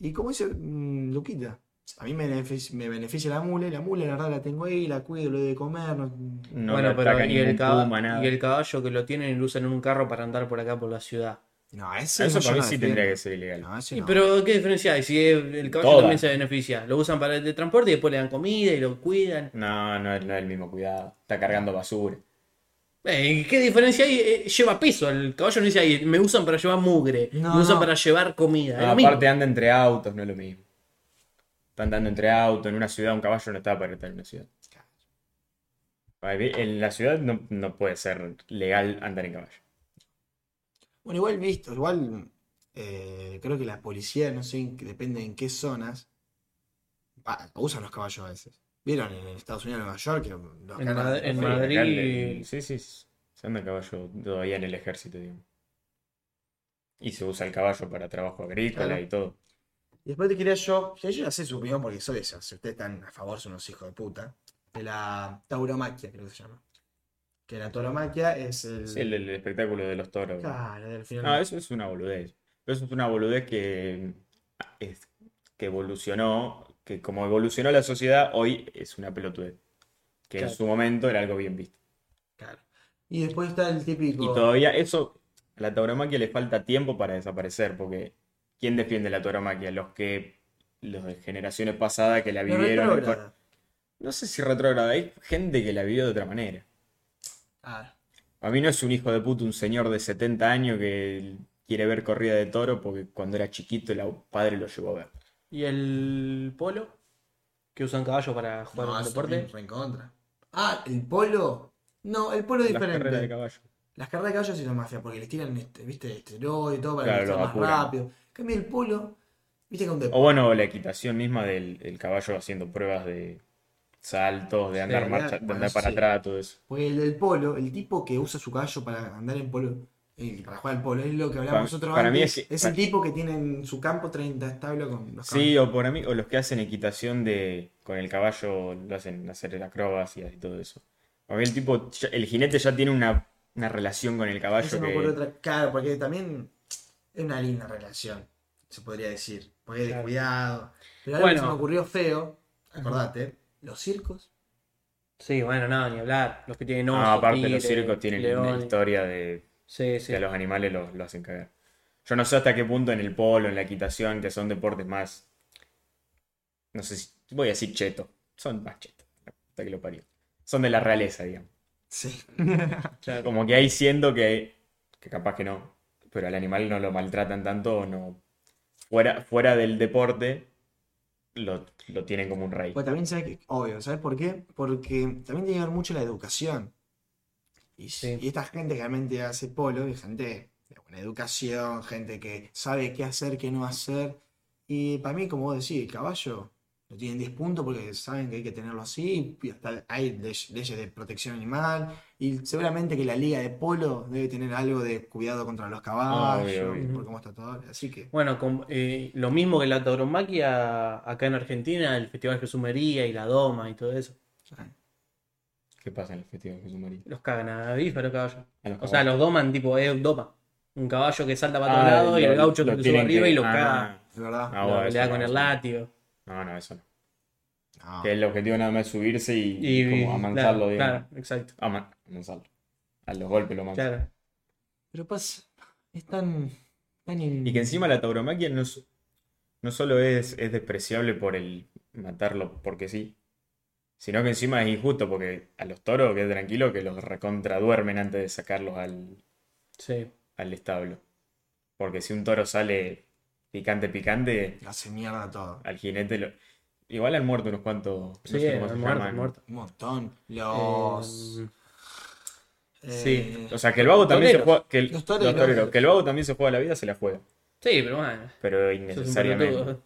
Speaker 1: Y como dice mm, Luquita, a mí me beneficia, me beneficia la mula y la mula, la verdad, la tengo ahí, la cuido, le doy de comer. no-
Speaker 2: No
Speaker 3: bueno,
Speaker 2: le
Speaker 3: pero
Speaker 2: ataca
Speaker 3: y el,
Speaker 2: ningún
Speaker 3: caba-
Speaker 2: puma, nada.
Speaker 3: y el caballo que lo tienen y lo usan en un carro para andar por acá por la ciudad.
Speaker 1: No, eso,
Speaker 2: Eso
Speaker 1: yo
Speaker 2: para mí
Speaker 1: no
Speaker 2: sí
Speaker 1: defiendo.
Speaker 2: tendría que ser ilegal.
Speaker 1: No, eso
Speaker 3: Sí,
Speaker 1: no.
Speaker 3: pero ¿qué diferencia hay? Si el el caballo
Speaker 2: Todas.
Speaker 3: también se beneficia. Lo usan para el de transporte y después le dan comida y lo cuidan.
Speaker 2: No, no, es- no es el mismo cuidado. Está cargando basura.
Speaker 3: Eh, ¿y ¿Qué diferencia hay? Eh, Lleva peso. El caballo no dice ahí, me usan para llevar mugre,
Speaker 1: No,
Speaker 3: me usan
Speaker 1: no.
Speaker 3: para llevar comida. es
Speaker 2: No,
Speaker 3: lo mismo.
Speaker 2: aparte anda entre autos, no es lo mismo. Está andando entre autos, en una ciudad un caballo no está para estar en una ciudad. Para mí, En la ciudad no, no puede ser legal andar en caballo.
Speaker 1: Bueno, igual visto, igual eh, creo que la policía, no sé, en- depende en qué zonas, va- usan los caballos a veces. ¿Vieron en Estados Unidos, en Nueva York? que los
Speaker 3: En
Speaker 1: cargan-
Speaker 3: Madrid- en
Speaker 2: Sí,
Speaker 1: los-
Speaker 3: Madrid-
Speaker 2: acá el- eh, sí, sí, se anda en caballo todavía en el ejército, digamos. Y se usa el caballo para trabajo agrícola
Speaker 1: Claro.
Speaker 2: y todo.
Speaker 1: Y después te quería yo, yo ya sé su opinión porque soy esa, si ustedes están a favor son unos hijos de puta, de la tauromaquia, creo que se llama. Que la tauromaquia es el...
Speaker 2: Es el, el espectáculo de los toros.
Speaker 1: Claro, del final.
Speaker 2: No, eso Ah, es una boludez. Pero eso es una boludez que, es- que evolucionó, que como evolucionó la sociedad, hoy es una pelotudez. Que en
Speaker 3: Claro.
Speaker 2: su momento era algo bien visto.
Speaker 1: claro. Y después está el
Speaker 2: Y
Speaker 1: típico...
Speaker 2: todavía eso, a la tauromaquia le falta tiempo para desaparecer, porque ¿quién defiende la tauromaquia? Los que, los de generaciones pasadas que la
Speaker 1: la
Speaker 2: vivieron. y
Speaker 1: retrógrada.
Speaker 2: fue- No sé si retrógrada, hay gente que la vivió de otra manera.
Speaker 1: Ah,
Speaker 2: A mí no es un hijo de puta, un señor de 70 años que quiere ver corrida de toro porque cuando era chiquito el padre lo llevó a ver.
Speaker 3: Y el polo, que usan caballo para jugar
Speaker 1: No,
Speaker 3: al
Speaker 1: eso
Speaker 3: deporte.
Speaker 1: también recontra. Ah, el polo. No, el polo es
Speaker 2: Las
Speaker 1: diferente.
Speaker 2: carreras de caballo.
Speaker 1: Las carreras de caballo sí son mafia, porque les tiran este, viste, esteroides y todo para
Speaker 2: Claro,
Speaker 1: que sea
Speaker 2: los
Speaker 1: más
Speaker 2: apuran.
Speaker 1: rápido. En cambio, el polo, viste que es un
Speaker 2: O
Speaker 1: deporte.
Speaker 2: bueno, la equitación misma del el caballo haciendo pruebas de saltos, de andar
Speaker 3: Sí,
Speaker 2: marcha- de
Speaker 1: bueno,
Speaker 2: andar
Speaker 1: eso
Speaker 2: para
Speaker 1: sí.
Speaker 2: atrás, todo eso.
Speaker 1: Porque Pues el del polo, el tipo que usa su caballo para andar en polo, eh, para jugar al polo, es lo que hablamos
Speaker 2: Para-
Speaker 1: nosotros
Speaker 2: para mí
Speaker 1: antes.
Speaker 2: es que-
Speaker 1: el tipo que tiene en su campo 30 establos con los
Speaker 2: Sí, o por mí, o los que hacen equitación de con el caballo, lo hacen hacer acrobacias y todo eso. A mí el tipo, ya- el jinete ya tiene una, una relación con el
Speaker 1: caballos.
Speaker 2: caballo
Speaker 1: Eso me
Speaker 2: que
Speaker 1: ocurre otra. Claro, porque también es una linda relación, se podría decir. Porque es
Speaker 3: Claro.
Speaker 1: descuidado. Pero algo que
Speaker 3: Bueno.
Speaker 1: se me ocurrió feo, acordate, los circos.
Speaker 3: Sí, bueno, no, ni hablar. Los que tienen
Speaker 2: No,
Speaker 3: osos,
Speaker 2: aparte los
Speaker 3: tigres,
Speaker 2: circos tienen la
Speaker 3: leones.
Speaker 2: historia de
Speaker 3: Sí, sí.
Speaker 2: que a los animales los lo hacen cagar. Yo no sé hasta qué punto en el polo, en la equitación, que son deportes más. No sé si. Voy a decir cheto. Son más chetos. Hasta que lo parió. Son de la realeza, digamos.
Speaker 1: Sí.
Speaker 3: Claro.
Speaker 2: Como que ahí siendo que. Que capaz que no. Pero al animal no lo maltratan tanto o no. Fuera, fuera del deporte, lo, lo tienen como un rey.
Speaker 1: Pues también sabes que, obvio, ¿sabes por qué? Porque también tiene que ver mucho la educación. Y,
Speaker 3: Sí.
Speaker 1: y esta gente que realmente hace polo es gente de buena educación, gente que sabe qué hacer, qué no hacer. Y para mí, como vos decís, el caballo lo tienen 10 puntos porque saben que hay que tenerlo así. Y hasta hay le- leyes de protección animal. Y seguramente que la liga de polo debe tener algo de cuidado contra los caballos,
Speaker 2: obvio.
Speaker 1: por cómo está todo. Así que.
Speaker 3: Bueno, com- eh, lo mismo que la tauromaquia acá en Argentina, el Festival Jesús María y la Doma y todo eso.
Speaker 2: ¿Qué pasa en el festival de Jesús María?
Speaker 3: Los cagan a bife a los caballos.
Speaker 2: A los
Speaker 3: O sea,
Speaker 2: caballos.
Speaker 3: los doman, tipo, es un doma. Un caballo que salta para
Speaker 2: Oh. Ah,
Speaker 3: todos lados y
Speaker 2: lo-
Speaker 3: el gaucho
Speaker 2: lo
Speaker 3: que lo sube
Speaker 2: tienen
Speaker 3: arriba
Speaker 2: que-
Speaker 3: y lo
Speaker 2: Ah,
Speaker 3: caga.
Speaker 1: Es verdad.
Speaker 2: Ah,
Speaker 3: Lo-
Speaker 2: bueno,
Speaker 3: le
Speaker 2: eso
Speaker 3: da
Speaker 2: no,
Speaker 3: con el
Speaker 2: eso no.
Speaker 3: látigo.
Speaker 2: No, no, eso no.
Speaker 1: No.
Speaker 2: Que el objetivo nada más es subirse y,
Speaker 3: Y,
Speaker 2: como amansarlo,
Speaker 3: claro,
Speaker 2: digamos.
Speaker 3: claro, exacto.
Speaker 2: Ama- amansarlo. A los golpes lo mandan.
Speaker 3: Claro.
Speaker 1: Pero pasa. Es tan. tan in-
Speaker 2: Y que encima la tauromaquia no, es- no solo es, es despreciable por el matarlo porque sí, sino que encima es injusto porque a los toros, que tranquilo, que los recontraduermen antes de sacarlos al,
Speaker 3: Sí.
Speaker 2: al establo. Porque si un toro sale picante, picante,
Speaker 1: Hace mierda todo.
Speaker 2: al jinete lo... Igual han muerto unos cuantos, no
Speaker 3: Sí, eh,
Speaker 2: sé cómo se
Speaker 3: muerto,
Speaker 2: llaman.
Speaker 3: muerto.
Speaker 1: Un
Speaker 3: Em,
Speaker 1: montón. Los.
Speaker 3: Eh,
Speaker 1: eh,
Speaker 2: O sea, que el vago también se
Speaker 3: Toreros.
Speaker 2: juega... Que el,
Speaker 1: Los toreros.
Speaker 2: los toreros, que el vago también se juega la vida, se la juega.
Speaker 3: sí, pero bueno.
Speaker 2: Pero
Speaker 3: sos un
Speaker 2: innecesariamente.
Speaker 3: pelotudo.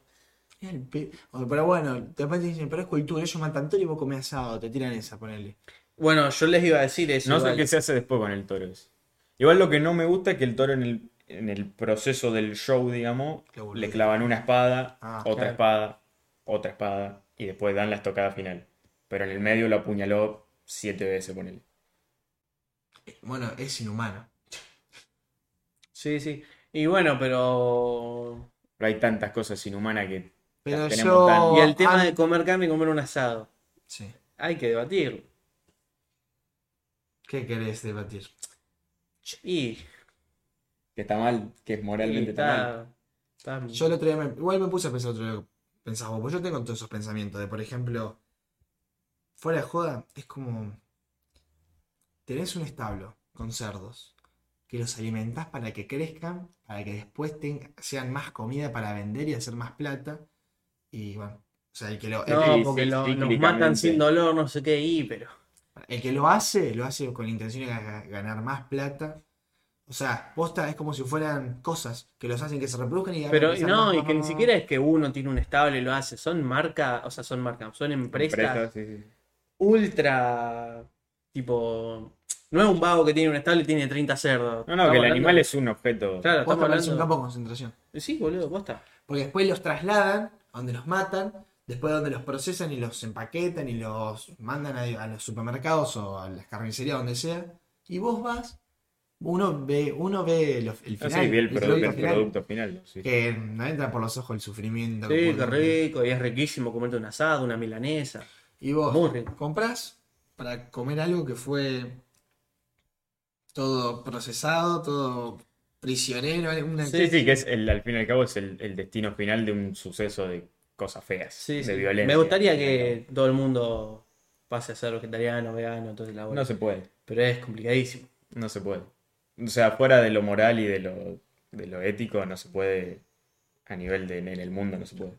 Speaker 3: ¿eh?
Speaker 1: el pe- o- Pero bueno, después te dicen, pero es cultura, ellos matan todo y vos comés asado, te tiran esa, ponele.
Speaker 3: Bueno, yo les iba a decir eso.
Speaker 2: No sé
Speaker 3: igual.
Speaker 2: qué se hace después con el toro. ese. Igual lo que no me gusta es que el toro en el, en el proceso del show, digamos,
Speaker 1: Lo boludea.
Speaker 2: le clavan una espada,
Speaker 1: Ah,
Speaker 2: otra
Speaker 3: claro.
Speaker 2: espada, otra espada, y después dan la estocada final. Pero en el medio lo apuñaló siete veces, ponele.
Speaker 1: Bueno, es inhumano.
Speaker 3: Sí, sí. Y bueno, pero.
Speaker 2: Pero hay tantas cosas inhumanas que
Speaker 1: Pero
Speaker 2: Tenemos
Speaker 1: yo.
Speaker 2: tan-
Speaker 3: Y el tema
Speaker 1: Oh, an-
Speaker 3: de comer carne y comer un asado.
Speaker 1: Sí.
Speaker 3: Hay que debatirlo.
Speaker 1: ¿Qué querés debatir?
Speaker 3: Y.
Speaker 2: que está mal, que es moralmente
Speaker 3: y
Speaker 2: está mal.
Speaker 3: está- está-
Speaker 1: Yo el otro día me, igual me puse a pensar otro día lo que pensás vos, porque yo tengo todos esos pensamientos de, por ejemplo, fuera de joda, es como tenés un establo con cerdos que los alimentás para que crezcan, para que después ten- sean más comida para vender y hacer más plata. Y bueno, o sea, el que lo, el,
Speaker 3: No,
Speaker 2: Sí,
Speaker 3: porque
Speaker 2: sí,
Speaker 3: lo- los
Speaker 2: cíclicamente.
Speaker 3: matan sin dolor, no sé qué, y pero.
Speaker 1: el que lo hace, lo hace con la intención de ga- ganar más plata. O sea, posta es como si fueran cosas que los hacen que se reproduzcan y
Speaker 3: Pero
Speaker 1: sean
Speaker 3: no,
Speaker 1: más,
Speaker 3: y
Speaker 1: más,
Speaker 3: que ni
Speaker 1: más,
Speaker 3: siquiera es que uno tiene un estable y lo hace. Son marcas, o sea, son marcas, son empresas
Speaker 2: Empresas, sí, sí.
Speaker 3: ultra. Tipo. No es un vago que tiene un estable y tiene 30 cerdos.
Speaker 2: No, no, que el
Speaker 3: Estamos
Speaker 2: animal
Speaker 3: hablando-
Speaker 2: es un objeto.
Speaker 3: Claro,
Speaker 1: posta
Speaker 3: estamos
Speaker 1: parece un
Speaker 3: hablando.
Speaker 1: campo de concentración.
Speaker 3: Sí, boludo, posta.
Speaker 1: Porque después los trasladan, a donde los matan, después donde los procesan y los empaquetan y los mandan a, a los supermercados o a las carnicerías, donde sea. Y vos vas, uno ve, uno ve lo- el
Speaker 2: Ah,
Speaker 1: final.
Speaker 2: sí, vi el, produ-
Speaker 1: producto
Speaker 2: el
Speaker 1: final,
Speaker 2: producto final. sí.
Speaker 1: Que no entra por los ojos el sufrimiento. que
Speaker 3: Sí,
Speaker 1: puede
Speaker 3: qué
Speaker 1: tener.
Speaker 3: rico, y es riquísimo comerte un asado, una milanesa.
Speaker 1: Y vos
Speaker 3: Muy rico.
Speaker 1: comprás para comer algo que fue todo procesado, todo prisionero, una
Speaker 2: Sí, sí, que es el, al fin y al cabo es el, el destino final de un suceso de cosas feas,
Speaker 3: Sí,
Speaker 2: de
Speaker 3: sí.
Speaker 2: violencia.
Speaker 3: Me gustaría que todo el mundo pase a ser vegetariano, vegano, todo el labor.
Speaker 2: No se puede,
Speaker 3: Pero es complicadísimo.
Speaker 2: no se puede. O sea, fuera de lo moral y de lo, de lo ético, no se puede, a nivel de en el mundo, no se puede.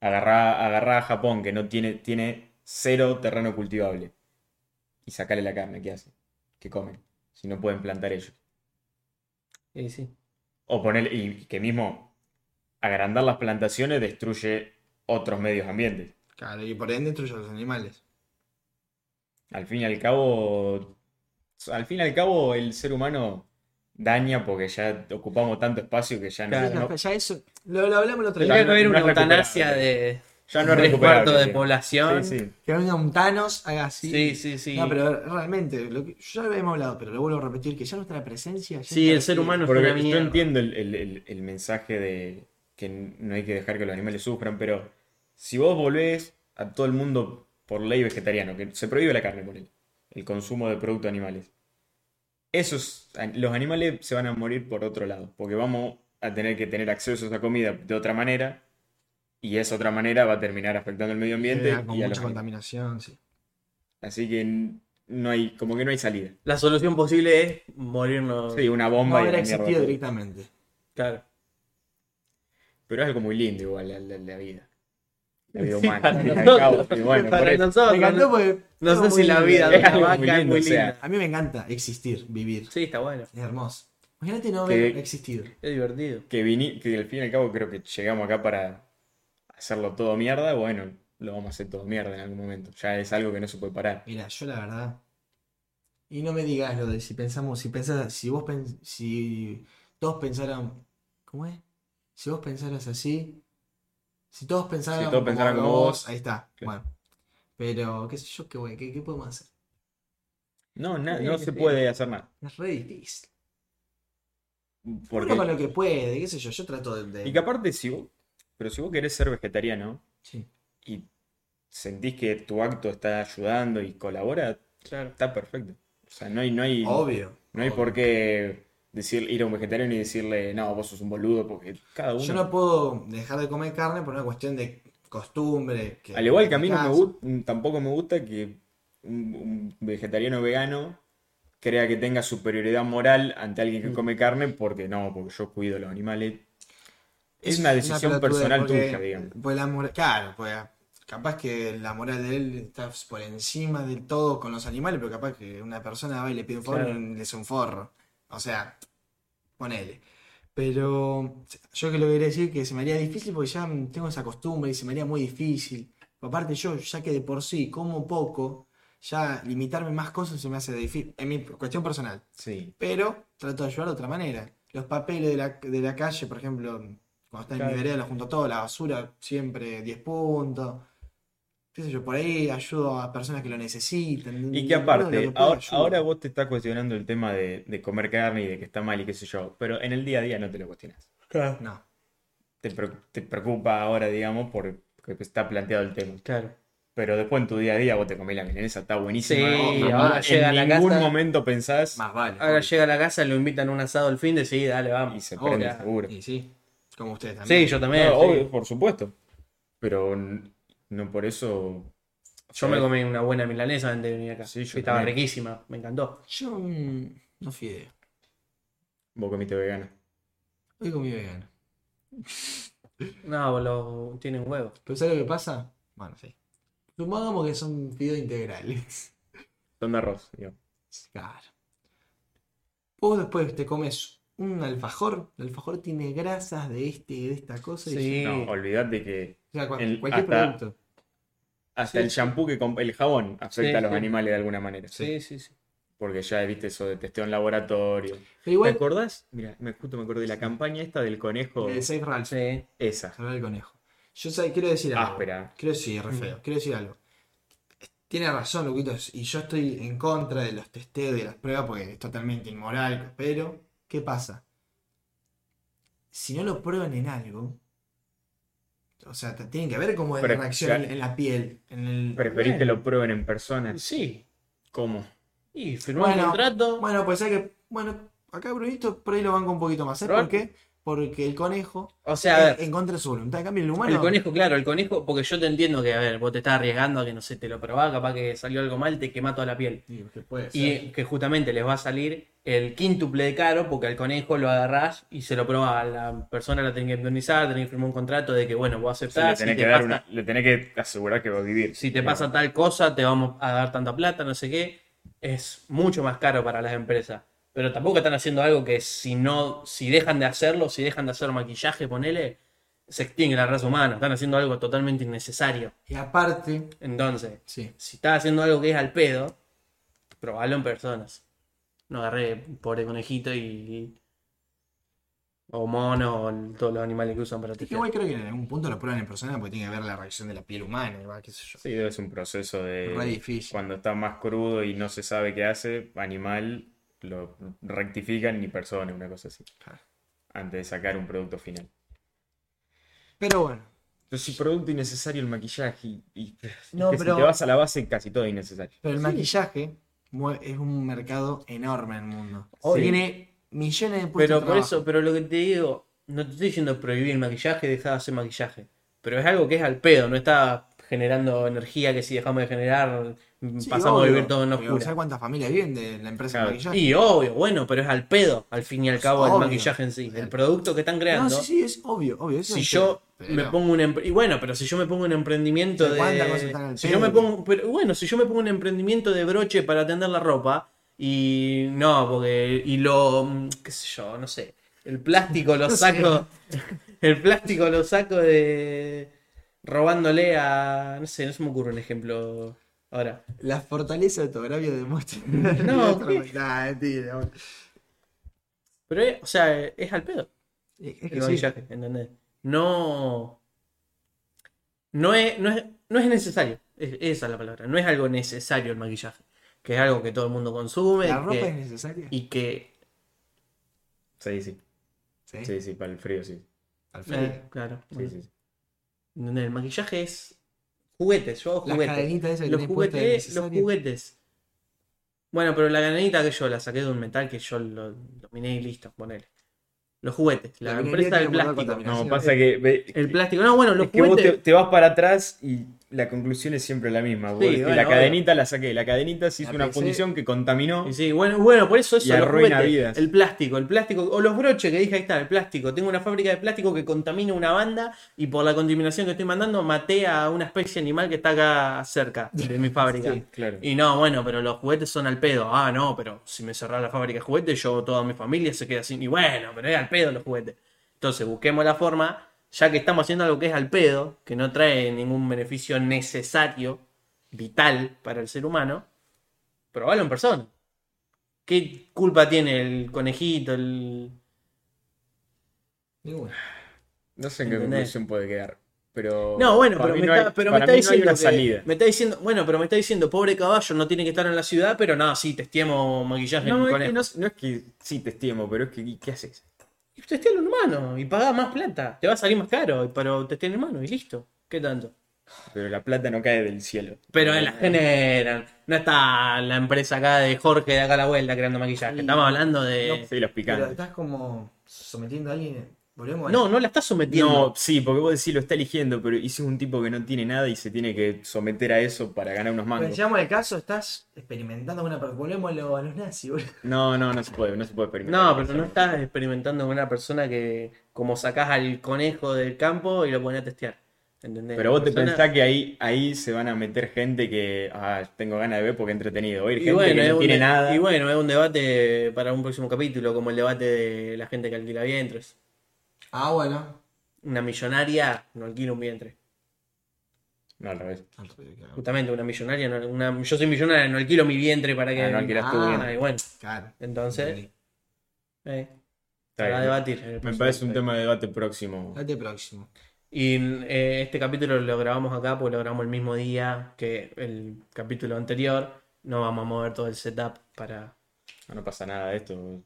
Speaker 2: Agarrá, agarrá a Japón, que no tiene, tiene cero terreno cultivable, y sacale la carne, ¿qué hace? Que comen, si no pueden plantar ellos.
Speaker 3: Sí, sí.
Speaker 2: O poner, y que mismo agrandar las plantaciones destruye otros medios ambientes.
Speaker 1: Claro, y por ende destruye a los animales.
Speaker 2: Al fin y al cabo, al fin y al cabo, el ser humano daña porque ya ocupamos tanto espacio que ya no,
Speaker 3: Claro.
Speaker 2: no-
Speaker 1: Ya eso, lo, lo hablamos el otro día.
Speaker 3: Tendría que haber
Speaker 2: no
Speaker 3: una
Speaker 2: es recuperable.
Speaker 3: eutanasia de
Speaker 2: ya no es
Speaker 3: tres
Speaker 2: recuperable.
Speaker 3: cuartos de población.
Speaker 2: Sí, sí.
Speaker 1: Que venga un Thanos, haga así.
Speaker 3: Sí, sí, sí.
Speaker 1: No, pero realmente, lo que, ya lo habíamos hablado, pero lo vuelvo a repetir, que ya nuestra presencia... ya
Speaker 3: Sí,
Speaker 1: está
Speaker 3: el ser
Speaker 1: aquí.
Speaker 3: humano es
Speaker 2: Porque
Speaker 3: una
Speaker 2: yo
Speaker 3: mierda.
Speaker 2: entiendo el, el- el- el mensaje de que no hay que dejar que los animales sufran, pero si vos volvés a todo el mundo por ley vegetariano, que se prohíbe la carne por él, el consumo de productos animales, esos, los animales se van a morir por otro lado, porque vamos a tener que tener acceso a esa comida de otra manera, y esa otra manera va a terminar afectando al medio
Speaker 1: Con
Speaker 2: ambiente. y a los
Speaker 1: mucha
Speaker 2: animales.
Speaker 1: contaminación, sí.
Speaker 2: Así que n- no hay, como que no hay salida.
Speaker 3: La solución posible es morirnos.
Speaker 2: Sí, una
Speaker 1: No
Speaker 2: bomba y
Speaker 1: hubiera
Speaker 2: la mierda
Speaker 1: existido
Speaker 2: todo.
Speaker 1: directamente.
Speaker 3: Claro.
Speaker 2: Pero es algo muy lindo igual la, la- la vida. La vida
Speaker 3: Sí,
Speaker 2: humana.
Speaker 3: para
Speaker 2: al fin y al
Speaker 3: nosotros.
Speaker 2: cabo. Y bueno, por
Speaker 3: Para
Speaker 2: eso-
Speaker 1: Me
Speaker 3: nosotros.
Speaker 1: encantó
Speaker 3: No,
Speaker 1: porque...
Speaker 3: no sé
Speaker 1: es
Speaker 3: si
Speaker 1: muy
Speaker 3: la
Speaker 1: lindo.
Speaker 3: vida de
Speaker 2: Es
Speaker 3: una
Speaker 2: algo muy
Speaker 3: vaca es
Speaker 2: lindo,
Speaker 3: muy
Speaker 2: o sea,
Speaker 3: linda.
Speaker 1: A mí me encanta existir, vivir.
Speaker 3: Sí, está bueno.
Speaker 1: Es hermoso. Imagínate no
Speaker 2: Que-
Speaker 1: haber existido.
Speaker 3: Es divertido.
Speaker 2: que, vini- que al fin y al cabo creo que llegamos acá para hacerlo todo mierda. Bueno, lo vamos a hacer todo mierda en algún momento. Ya es algo que no se puede parar.
Speaker 1: Mira, yo la verdad... Y no me digas lo de si pensamos, si pensás, si vos pens- si todos pensaran... ¿Cómo es? Si vos pensaras así... Si todos pensaran,
Speaker 2: todos pensaran como vos,
Speaker 1: ahí está.
Speaker 2: claro.
Speaker 1: Bueno. Pero, qué sé yo, qué, güey, qué, qué podemos hacer.
Speaker 2: No, na-
Speaker 1: Sí,
Speaker 2: no se
Speaker 1: sí.
Speaker 2: puede hacer nada.
Speaker 1: Es re difícil.
Speaker 2: Porque...
Speaker 1: Uno con lo que puede, qué sé yo, yo trato de... de-
Speaker 2: Y que aparte, si vos- pero si vos querés ser vegetariano
Speaker 1: Sí.
Speaker 2: y sentís que tu acto está ayudando y colabora,
Speaker 3: Claro.
Speaker 2: está perfecto. O sea, no hay, no hay,
Speaker 1: Obvio.
Speaker 2: no hay por qué decir, ir a un vegetariano y decirle, no, vos sos un boludo, porque cada uno.
Speaker 1: Yo no puedo dejar de comer carne por una cuestión de costumbre.
Speaker 2: Al igual que a mí no me
Speaker 1: cansa.
Speaker 2: gusta, tampoco me gusta que un, un vegetariano vegano crea que tenga superioridad moral ante alguien
Speaker 1: Mm.
Speaker 2: que come carne porque no, porque yo cuido los animales. Es una decisión
Speaker 1: pelotudez,
Speaker 2: personal
Speaker 1: porque-
Speaker 2: tuya, digamos.
Speaker 1: Pues la moral, claro, pues capaz que la moral de él está por encima del todo con los animales, pero capaz que una persona va y le pide un favor
Speaker 3: Claro.
Speaker 1: y le hace un forro. O sea, ponele. Pero yo que lo quería decir que se me haría difícil porque ya tengo esa costumbre y se me haría muy difícil. Aparte yo, ya que de por sí como poco, ya limitarme más cosas se me hace difícil, en mi cuestión personal
Speaker 2: Sí.
Speaker 1: pero trato de ayudar de otra manera. Los papeles de la, de la calle, por ejemplo, cuando está en mi
Speaker 3: Claro.
Speaker 1: vereda, los junto todo, la basura siempre 10 puntos. ¿Qué sé yo? Por ahí ayudo a personas que lo necesitan.
Speaker 2: Y
Speaker 1: Uno de
Speaker 2: que
Speaker 1: lo
Speaker 2: aparte,
Speaker 1: que puede,
Speaker 2: ahora,
Speaker 1: ayuda.
Speaker 2: ahora vos te estás cuestionando el tema de, de comer carne y de que está mal y qué sé yo, pero en el día a día no te lo cuestionas.
Speaker 3: Claro.
Speaker 1: No.
Speaker 2: Te, pre- te preocupa ahora, digamos, porque está planteado el tema.
Speaker 3: Claro.
Speaker 2: Pero después en tu día a día vos te comés la milanesa, está buenísima.
Speaker 3: Sí,
Speaker 2: obvio,
Speaker 3: ahora
Speaker 2: ¿no?
Speaker 3: llega a
Speaker 2: en
Speaker 3: la
Speaker 2: ningún
Speaker 3: casa-
Speaker 2: momento pensás
Speaker 1: Más vale.
Speaker 3: Ahora
Speaker 1: obvio.
Speaker 3: llega a la casa, lo invitan a un asado al fin de sí, dale,
Speaker 2: y
Speaker 3: vamos.
Speaker 2: se
Speaker 1: Obvio.
Speaker 2: prende seguro.
Speaker 1: Y sí, como ustedes también.
Speaker 3: Sí, yo también.
Speaker 2: No,
Speaker 3: sí.
Speaker 2: obvio, por supuesto. Pero n- no por eso.
Speaker 3: Yo me comí una buena milanesa antes de venir acá.
Speaker 2: Sí, yo
Speaker 3: Y estaba
Speaker 2: también.
Speaker 3: riquísima, me encantó.
Speaker 1: Yo mm, no fideo.
Speaker 2: Vos comiste vegano.
Speaker 1: Hoy comí vegano.
Speaker 3: No, lo tienen huevo.
Speaker 1: ¿Pero sabes lo que pasa? Bueno, sí. Supongamos que son fideos integrales.
Speaker 2: Son de arroz, digo.
Speaker 1: Claro. Vos después te comes un alfajor, el alfajor tiene grasas de este y de esta cosa. y-
Speaker 3: Sí.
Speaker 2: No, olvidate que
Speaker 1: o sea, cua-
Speaker 2: El-
Speaker 1: cualquier
Speaker 2: hasta-
Speaker 1: producto.
Speaker 2: hasta el shampoo que comp- el jabón afecta
Speaker 3: Sí,
Speaker 2: a los
Speaker 3: sí.
Speaker 2: animales de alguna manera.
Speaker 3: Sí, sí, sí.
Speaker 2: Porque ya viste eso de testeo en laboratorio.
Speaker 1: Pero igual,
Speaker 2: ¿Te acordás? Mira, me, justo me acordé de la campaña esta del conejo.
Speaker 1: el Safe Ralph,
Speaker 3: Sí.
Speaker 2: Esa.
Speaker 1: salvar el conejo. Yo sé- quiero decir algo.
Speaker 2: Áspera. Mm.
Speaker 1: Quiero decir, re feo. Quiero decir algo. Tiene razón, Luquitos, y yo estoy en contra de los testeos y de las pruebas porque es totalmente inmoral, pero ¿qué pasa? Si no lo prueban en algo, o sea, te- tienen que ver cómo es la
Speaker 2: Pero,
Speaker 1: reacción en,
Speaker 2: claro.
Speaker 1: en la piel, en el,
Speaker 2: Preferís que lo prueben en persona.
Speaker 3: Sí.
Speaker 2: ¿Cómo?
Speaker 3: Y firmó un
Speaker 1: Bueno,
Speaker 3: contrato.
Speaker 1: Bueno, pues hay que. Bueno, acá Brunito por ahí lo banco un poquito más. ¿Sabes por
Speaker 3: Probarte.
Speaker 1: qué? Porque el conejo
Speaker 3: o sea,
Speaker 2: eh,
Speaker 3: a ver.
Speaker 1: en contra de su voluntad. En cambio, el humano.
Speaker 3: El conejo, claro, el conejo, porque yo te entiendo que, a ver, vos te estás arriesgando a que, no sé, te lo probás, capaz que salió algo mal, te quemá toda la piel.
Speaker 1: Y que puede ser.
Speaker 3: Y que justamente les va a salir el quíntuple de caro, porque al conejo lo agarrás y se lo probás. La persona la tiene que indemnizar, tenés que firmar un contrato de que, bueno, vos
Speaker 2: O sea, le
Speaker 3: aceptás.
Speaker 2: tenés
Speaker 3: si
Speaker 2: que
Speaker 3: te
Speaker 2: dar
Speaker 3: pasa-
Speaker 2: una- le tenés que asegurar que va a vivir.
Speaker 3: si te
Speaker 2: Digamos.
Speaker 3: pasa tal cosa, te vamos a dar tanta plata, no sé qué. Es mucho más caro para las empresas. Pero tampoco están haciendo algo que si no, si dejan de hacerlo, si dejan de hacer maquillaje, ponele, se extingue la raza humana. Están haciendo algo totalmente innecesario.
Speaker 1: Y aparte.
Speaker 3: Entonces,
Speaker 1: Sí.
Speaker 3: si estás haciendo algo que es al pedo, probalo en personas. No agarré pobre conejito y. O mono, o todos los animales que usan para
Speaker 1: Es que
Speaker 3: tejer.
Speaker 1: igual creo que en algún punto lo prueban en persona porque tiene que ver la reacción de la piel humana, igual, qué sé yo.
Speaker 2: Sí, es un proceso
Speaker 3: Eh,
Speaker 2: de
Speaker 1: Re difícil.
Speaker 2: cuando está más crudo y no se sabe qué hace, animal lo rectifican ni persona, una cosa así,
Speaker 1: Claro.
Speaker 2: antes de sacar un producto final.
Speaker 1: Pero bueno.
Speaker 2: Entonces, si producto innecesario el maquillaje y, y-
Speaker 1: No,
Speaker 2: que si
Speaker 1: pero-
Speaker 2: te vas a la base casi todo es innecesario.
Speaker 1: Pero el maquillaje mue- es un mercado enorme en el mundo.
Speaker 2: Obvio.
Speaker 1: Tiene millones de puestos
Speaker 3: Pero
Speaker 1: de
Speaker 3: por
Speaker 1: trabajo.
Speaker 3: eso, pero lo que te digo, no te estoy diciendo prohibir el maquillaje, dejar de hacer maquillaje. Pero es algo que es al pedo, no está generando energía que si dejamos de generar mm,
Speaker 1: Sí,
Speaker 3: pasamos a
Speaker 1: obvio,
Speaker 3: vivir todo en la
Speaker 1: pero ¿Sabes
Speaker 3: oscura.
Speaker 1: cuántas familias viven de la empresa
Speaker 2: Claro.
Speaker 1: de maquillaje?
Speaker 3: Y obvio, bueno, pero es al pedo, al fin y al cabo, el
Speaker 1: obvio.
Speaker 3: maquillaje en sí. El producto que están creando.
Speaker 1: no, sí, sí, es obvio, obvio. eso
Speaker 3: Si
Speaker 1: es-
Speaker 3: yo me
Speaker 1: pero-
Speaker 3: pongo un empre- y bueno, pero si yo me pongo un emprendimiento
Speaker 1: Pero cuántas cosas
Speaker 3: de
Speaker 1: están al
Speaker 3: si
Speaker 1: pedo,
Speaker 3: yo me
Speaker 1: boludo.
Speaker 3: pongo pero bueno, si yo me pongo un emprendimiento de broche para tender la ropa y no, porque y lo mm, qué sé yo, no sé, el plástico lo
Speaker 1: No sé.
Speaker 3: saco el plástico lo saco de robándole a no sé, no se me ocurre un ejemplo ahora.
Speaker 1: La fortaleza de Tograbio demuestra.
Speaker 3: No, ¿qué?
Speaker 1: Nah, mentira, boludo.
Speaker 3: Pero es- o sea, es al pedo.
Speaker 1: Es que
Speaker 3: el
Speaker 1: sí.
Speaker 3: maquillaje, ¿entendés? No. No es, no es, no es necesario. Es- esa es la palabra. No es algo necesario el maquillaje. que es algo que todo el mundo consume
Speaker 1: ¿La ropa
Speaker 3: que-
Speaker 1: es necesaria?
Speaker 3: y que...
Speaker 2: Sí, sí.
Speaker 1: Sí.
Speaker 2: Sí, sí, para el frío, sí.
Speaker 1: Al fin.
Speaker 3: eh, claro.
Speaker 2: Sí, sí, sí.
Speaker 3: ¿entendés? El maquillaje es juguetes, yo hago
Speaker 1: Las
Speaker 3: juguetes.
Speaker 1: cadenitas esas que
Speaker 3: Los
Speaker 1: tenés puestas es
Speaker 3: juguetes, los
Speaker 1: necesaria.
Speaker 3: juguetes. Bueno, pero la cadenita que yo la saqué de un metal que yo lo dominé y listo, ponele. Los juguetes, la,
Speaker 1: La minería
Speaker 3: empresa del
Speaker 1: tiene que guardar
Speaker 3: plástico.
Speaker 1: contaminación.
Speaker 2: No, pasa que. ve-
Speaker 3: El plástico, no, bueno, los
Speaker 2: es que vos te,
Speaker 3: juguetes.
Speaker 2: te vas para atrás y la conclusión es siempre la misma. vos
Speaker 3: Sí,
Speaker 2: decís,
Speaker 3: bueno,
Speaker 2: la
Speaker 3: obvio.
Speaker 2: cadenita la saqué. La cadenita se hizo
Speaker 1: La
Speaker 2: una
Speaker 1: pensé.
Speaker 2: fundición que contaminó.
Speaker 3: Y sí, bueno, bueno, por eso
Speaker 2: Y
Speaker 3: eso, los
Speaker 2: arruina
Speaker 3: juguetes,
Speaker 2: vidas.
Speaker 3: el plástico, el plástico, o los broches que dije, ahí está, el plástico. Tengo una fábrica de plástico que contamina una banda y por la contaminación que estoy mandando maté a una especie animal que está acá cerca de mi fábrica.
Speaker 2: Sí, claro.
Speaker 3: Y no, bueno, pero los juguetes son al pedo. Ah, no, pero si me cerrara la fábrica de juguetes, yo toda mi familia se queda sin. Y bueno, pero es al pedo los juguetes. Entonces, busquemos la forma, ya que estamos haciendo algo que es al pedo, que no trae ningún beneficio necesario, vital para el ser humano, probalo en persona. ¿Qué culpa tiene el conejito, el.
Speaker 1: Y bueno,
Speaker 2: No sé en qué
Speaker 3: ¿Entendés?
Speaker 2: conclusión puede quedar. Pero.
Speaker 3: No, bueno,
Speaker 2: para
Speaker 3: pero
Speaker 2: mí
Speaker 3: me
Speaker 2: no
Speaker 3: está,
Speaker 2: hay-
Speaker 3: pero me
Speaker 2: para
Speaker 3: está
Speaker 2: mí no hay
Speaker 3: diciendo.
Speaker 2: una
Speaker 3: que-
Speaker 2: salida.
Speaker 3: me está diciendo, bueno, pero me está diciendo, pobre caballo, no tiene que estar en la ciudad, pero nada, sí, testeamos maquillaje en
Speaker 2: No, es
Speaker 3: conejo.
Speaker 2: que no, no es que sí te estimo, pero es que ¿y ¿qué haces?
Speaker 3: Y pues, testea un humano y paga más plata. Te va a salir más caro, pero testea un humano y listo. ¿Qué tanto?
Speaker 2: Pero la plata no cae del cielo.
Speaker 3: Pero
Speaker 2: Eh.
Speaker 3: las generan. No está la empresa acá de Jorge de acá a la vuelta creando maquillaje.
Speaker 1: Sí.
Speaker 3: Estamos hablando de.
Speaker 2: Sí, los
Speaker 1: Pero
Speaker 2: picantes.
Speaker 1: estás como sometiendo a alguien. eh, Volvemos a
Speaker 3: No, no la estás sometiendo.
Speaker 2: No, sí, porque vos decís lo está eligiendo, pero hice un tipo que no tiene nada y se tiene que someter a eso para ganar unos
Speaker 1: Cuando
Speaker 2: mangos.
Speaker 1: llegamos al caso, estás experimentando con una. per- Volvemos a lo- a los nazis, boludo.
Speaker 2: No, no, no se puede, no se puede experimentar.
Speaker 3: No, pero no estás experimentando con una persona que, como sacás al conejo del campo y lo pones a testear. ¿Entendés?
Speaker 2: Pero vos te
Speaker 3: Persona-
Speaker 2: pensás que ahí, ahí se van a meter gente que ah, tengo ganas de ver porque es entretenido. Va a ir
Speaker 3: Y
Speaker 2: gente
Speaker 3: bueno,
Speaker 2: que
Speaker 3: es
Speaker 2: no
Speaker 3: un
Speaker 2: tiene
Speaker 3: de-
Speaker 2: nada.
Speaker 3: y bueno, es un debate para un próximo capítulo, como el debate de la gente que alquila vientres.
Speaker 1: Ah, bueno.
Speaker 3: Una millonaria no alquila un vientre.
Speaker 2: No, al revés.
Speaker 3: Justamente, una millonaria, no- una- yo soy millonaria, no alquilo mi vientre para que.
Speaker 2: Ah, no alquilas
Speaker 1: Ah,
Speaker 2: tu bien.
Speaker 3: Ah, y bueno,
Speaker 1: Claro.
Speaker 3: entonces,
Speaker 1: Dale.
Speaker 3: eh,
Speaker 2: Está
Speaker 3: para
Speaker 2: bien.
Speaker 3: debatir. en el
Speaker 2: Me
Speaker 3: próximo
Speaker 2: parece un
Speaker 3: episodio.
Speaker 2: tema de debate próximo.
Speaker 1: Date próximo.
Speaker 3: Y eh, este capítulo lo grabamos acá porque lo grabamos el mismo día que el capítulo anterior. No vamos a mover todo el setup para.
Speaker 2: No, no pasa nada de esto.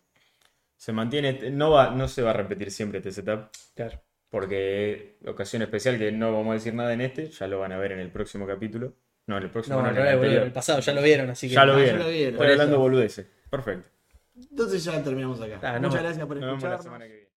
Speaker 2: Se mantiene, no, va, no se va a repetir siempre este setup.
Speaker 3: Claro.
Speaker 2: Porque ocasión especial que no vamos a decir nada en este, ya lo van a ver en el próximo capítulo. No, en el próximo,
Speaker 3: No,
Speaker 2: no,
Speaker 3: al
Speaker 2: en el
Speaker 3: revés, boludo,
Speaker 2: anterior.
Speaker 3: el pasado ya lo vieron, así que.
Speaker 2: Ya lo
Speaker 1: Ah, ya
Speaker 2: vieron.
Speaker 1: lo vieron.
Speaker 2: Estoy
Speaker 3: Por eso.
Speaker 2: hablando boludeces. Perfecto.
Speaker 1: Entonces ya terminamos acá.
Speaker 3: Ah, no.
Speaker 1: Muchas gracias por
Speaker 2: Nos vemos la
Speaker 1: escucharnos.
Speaker 2: semana que viene.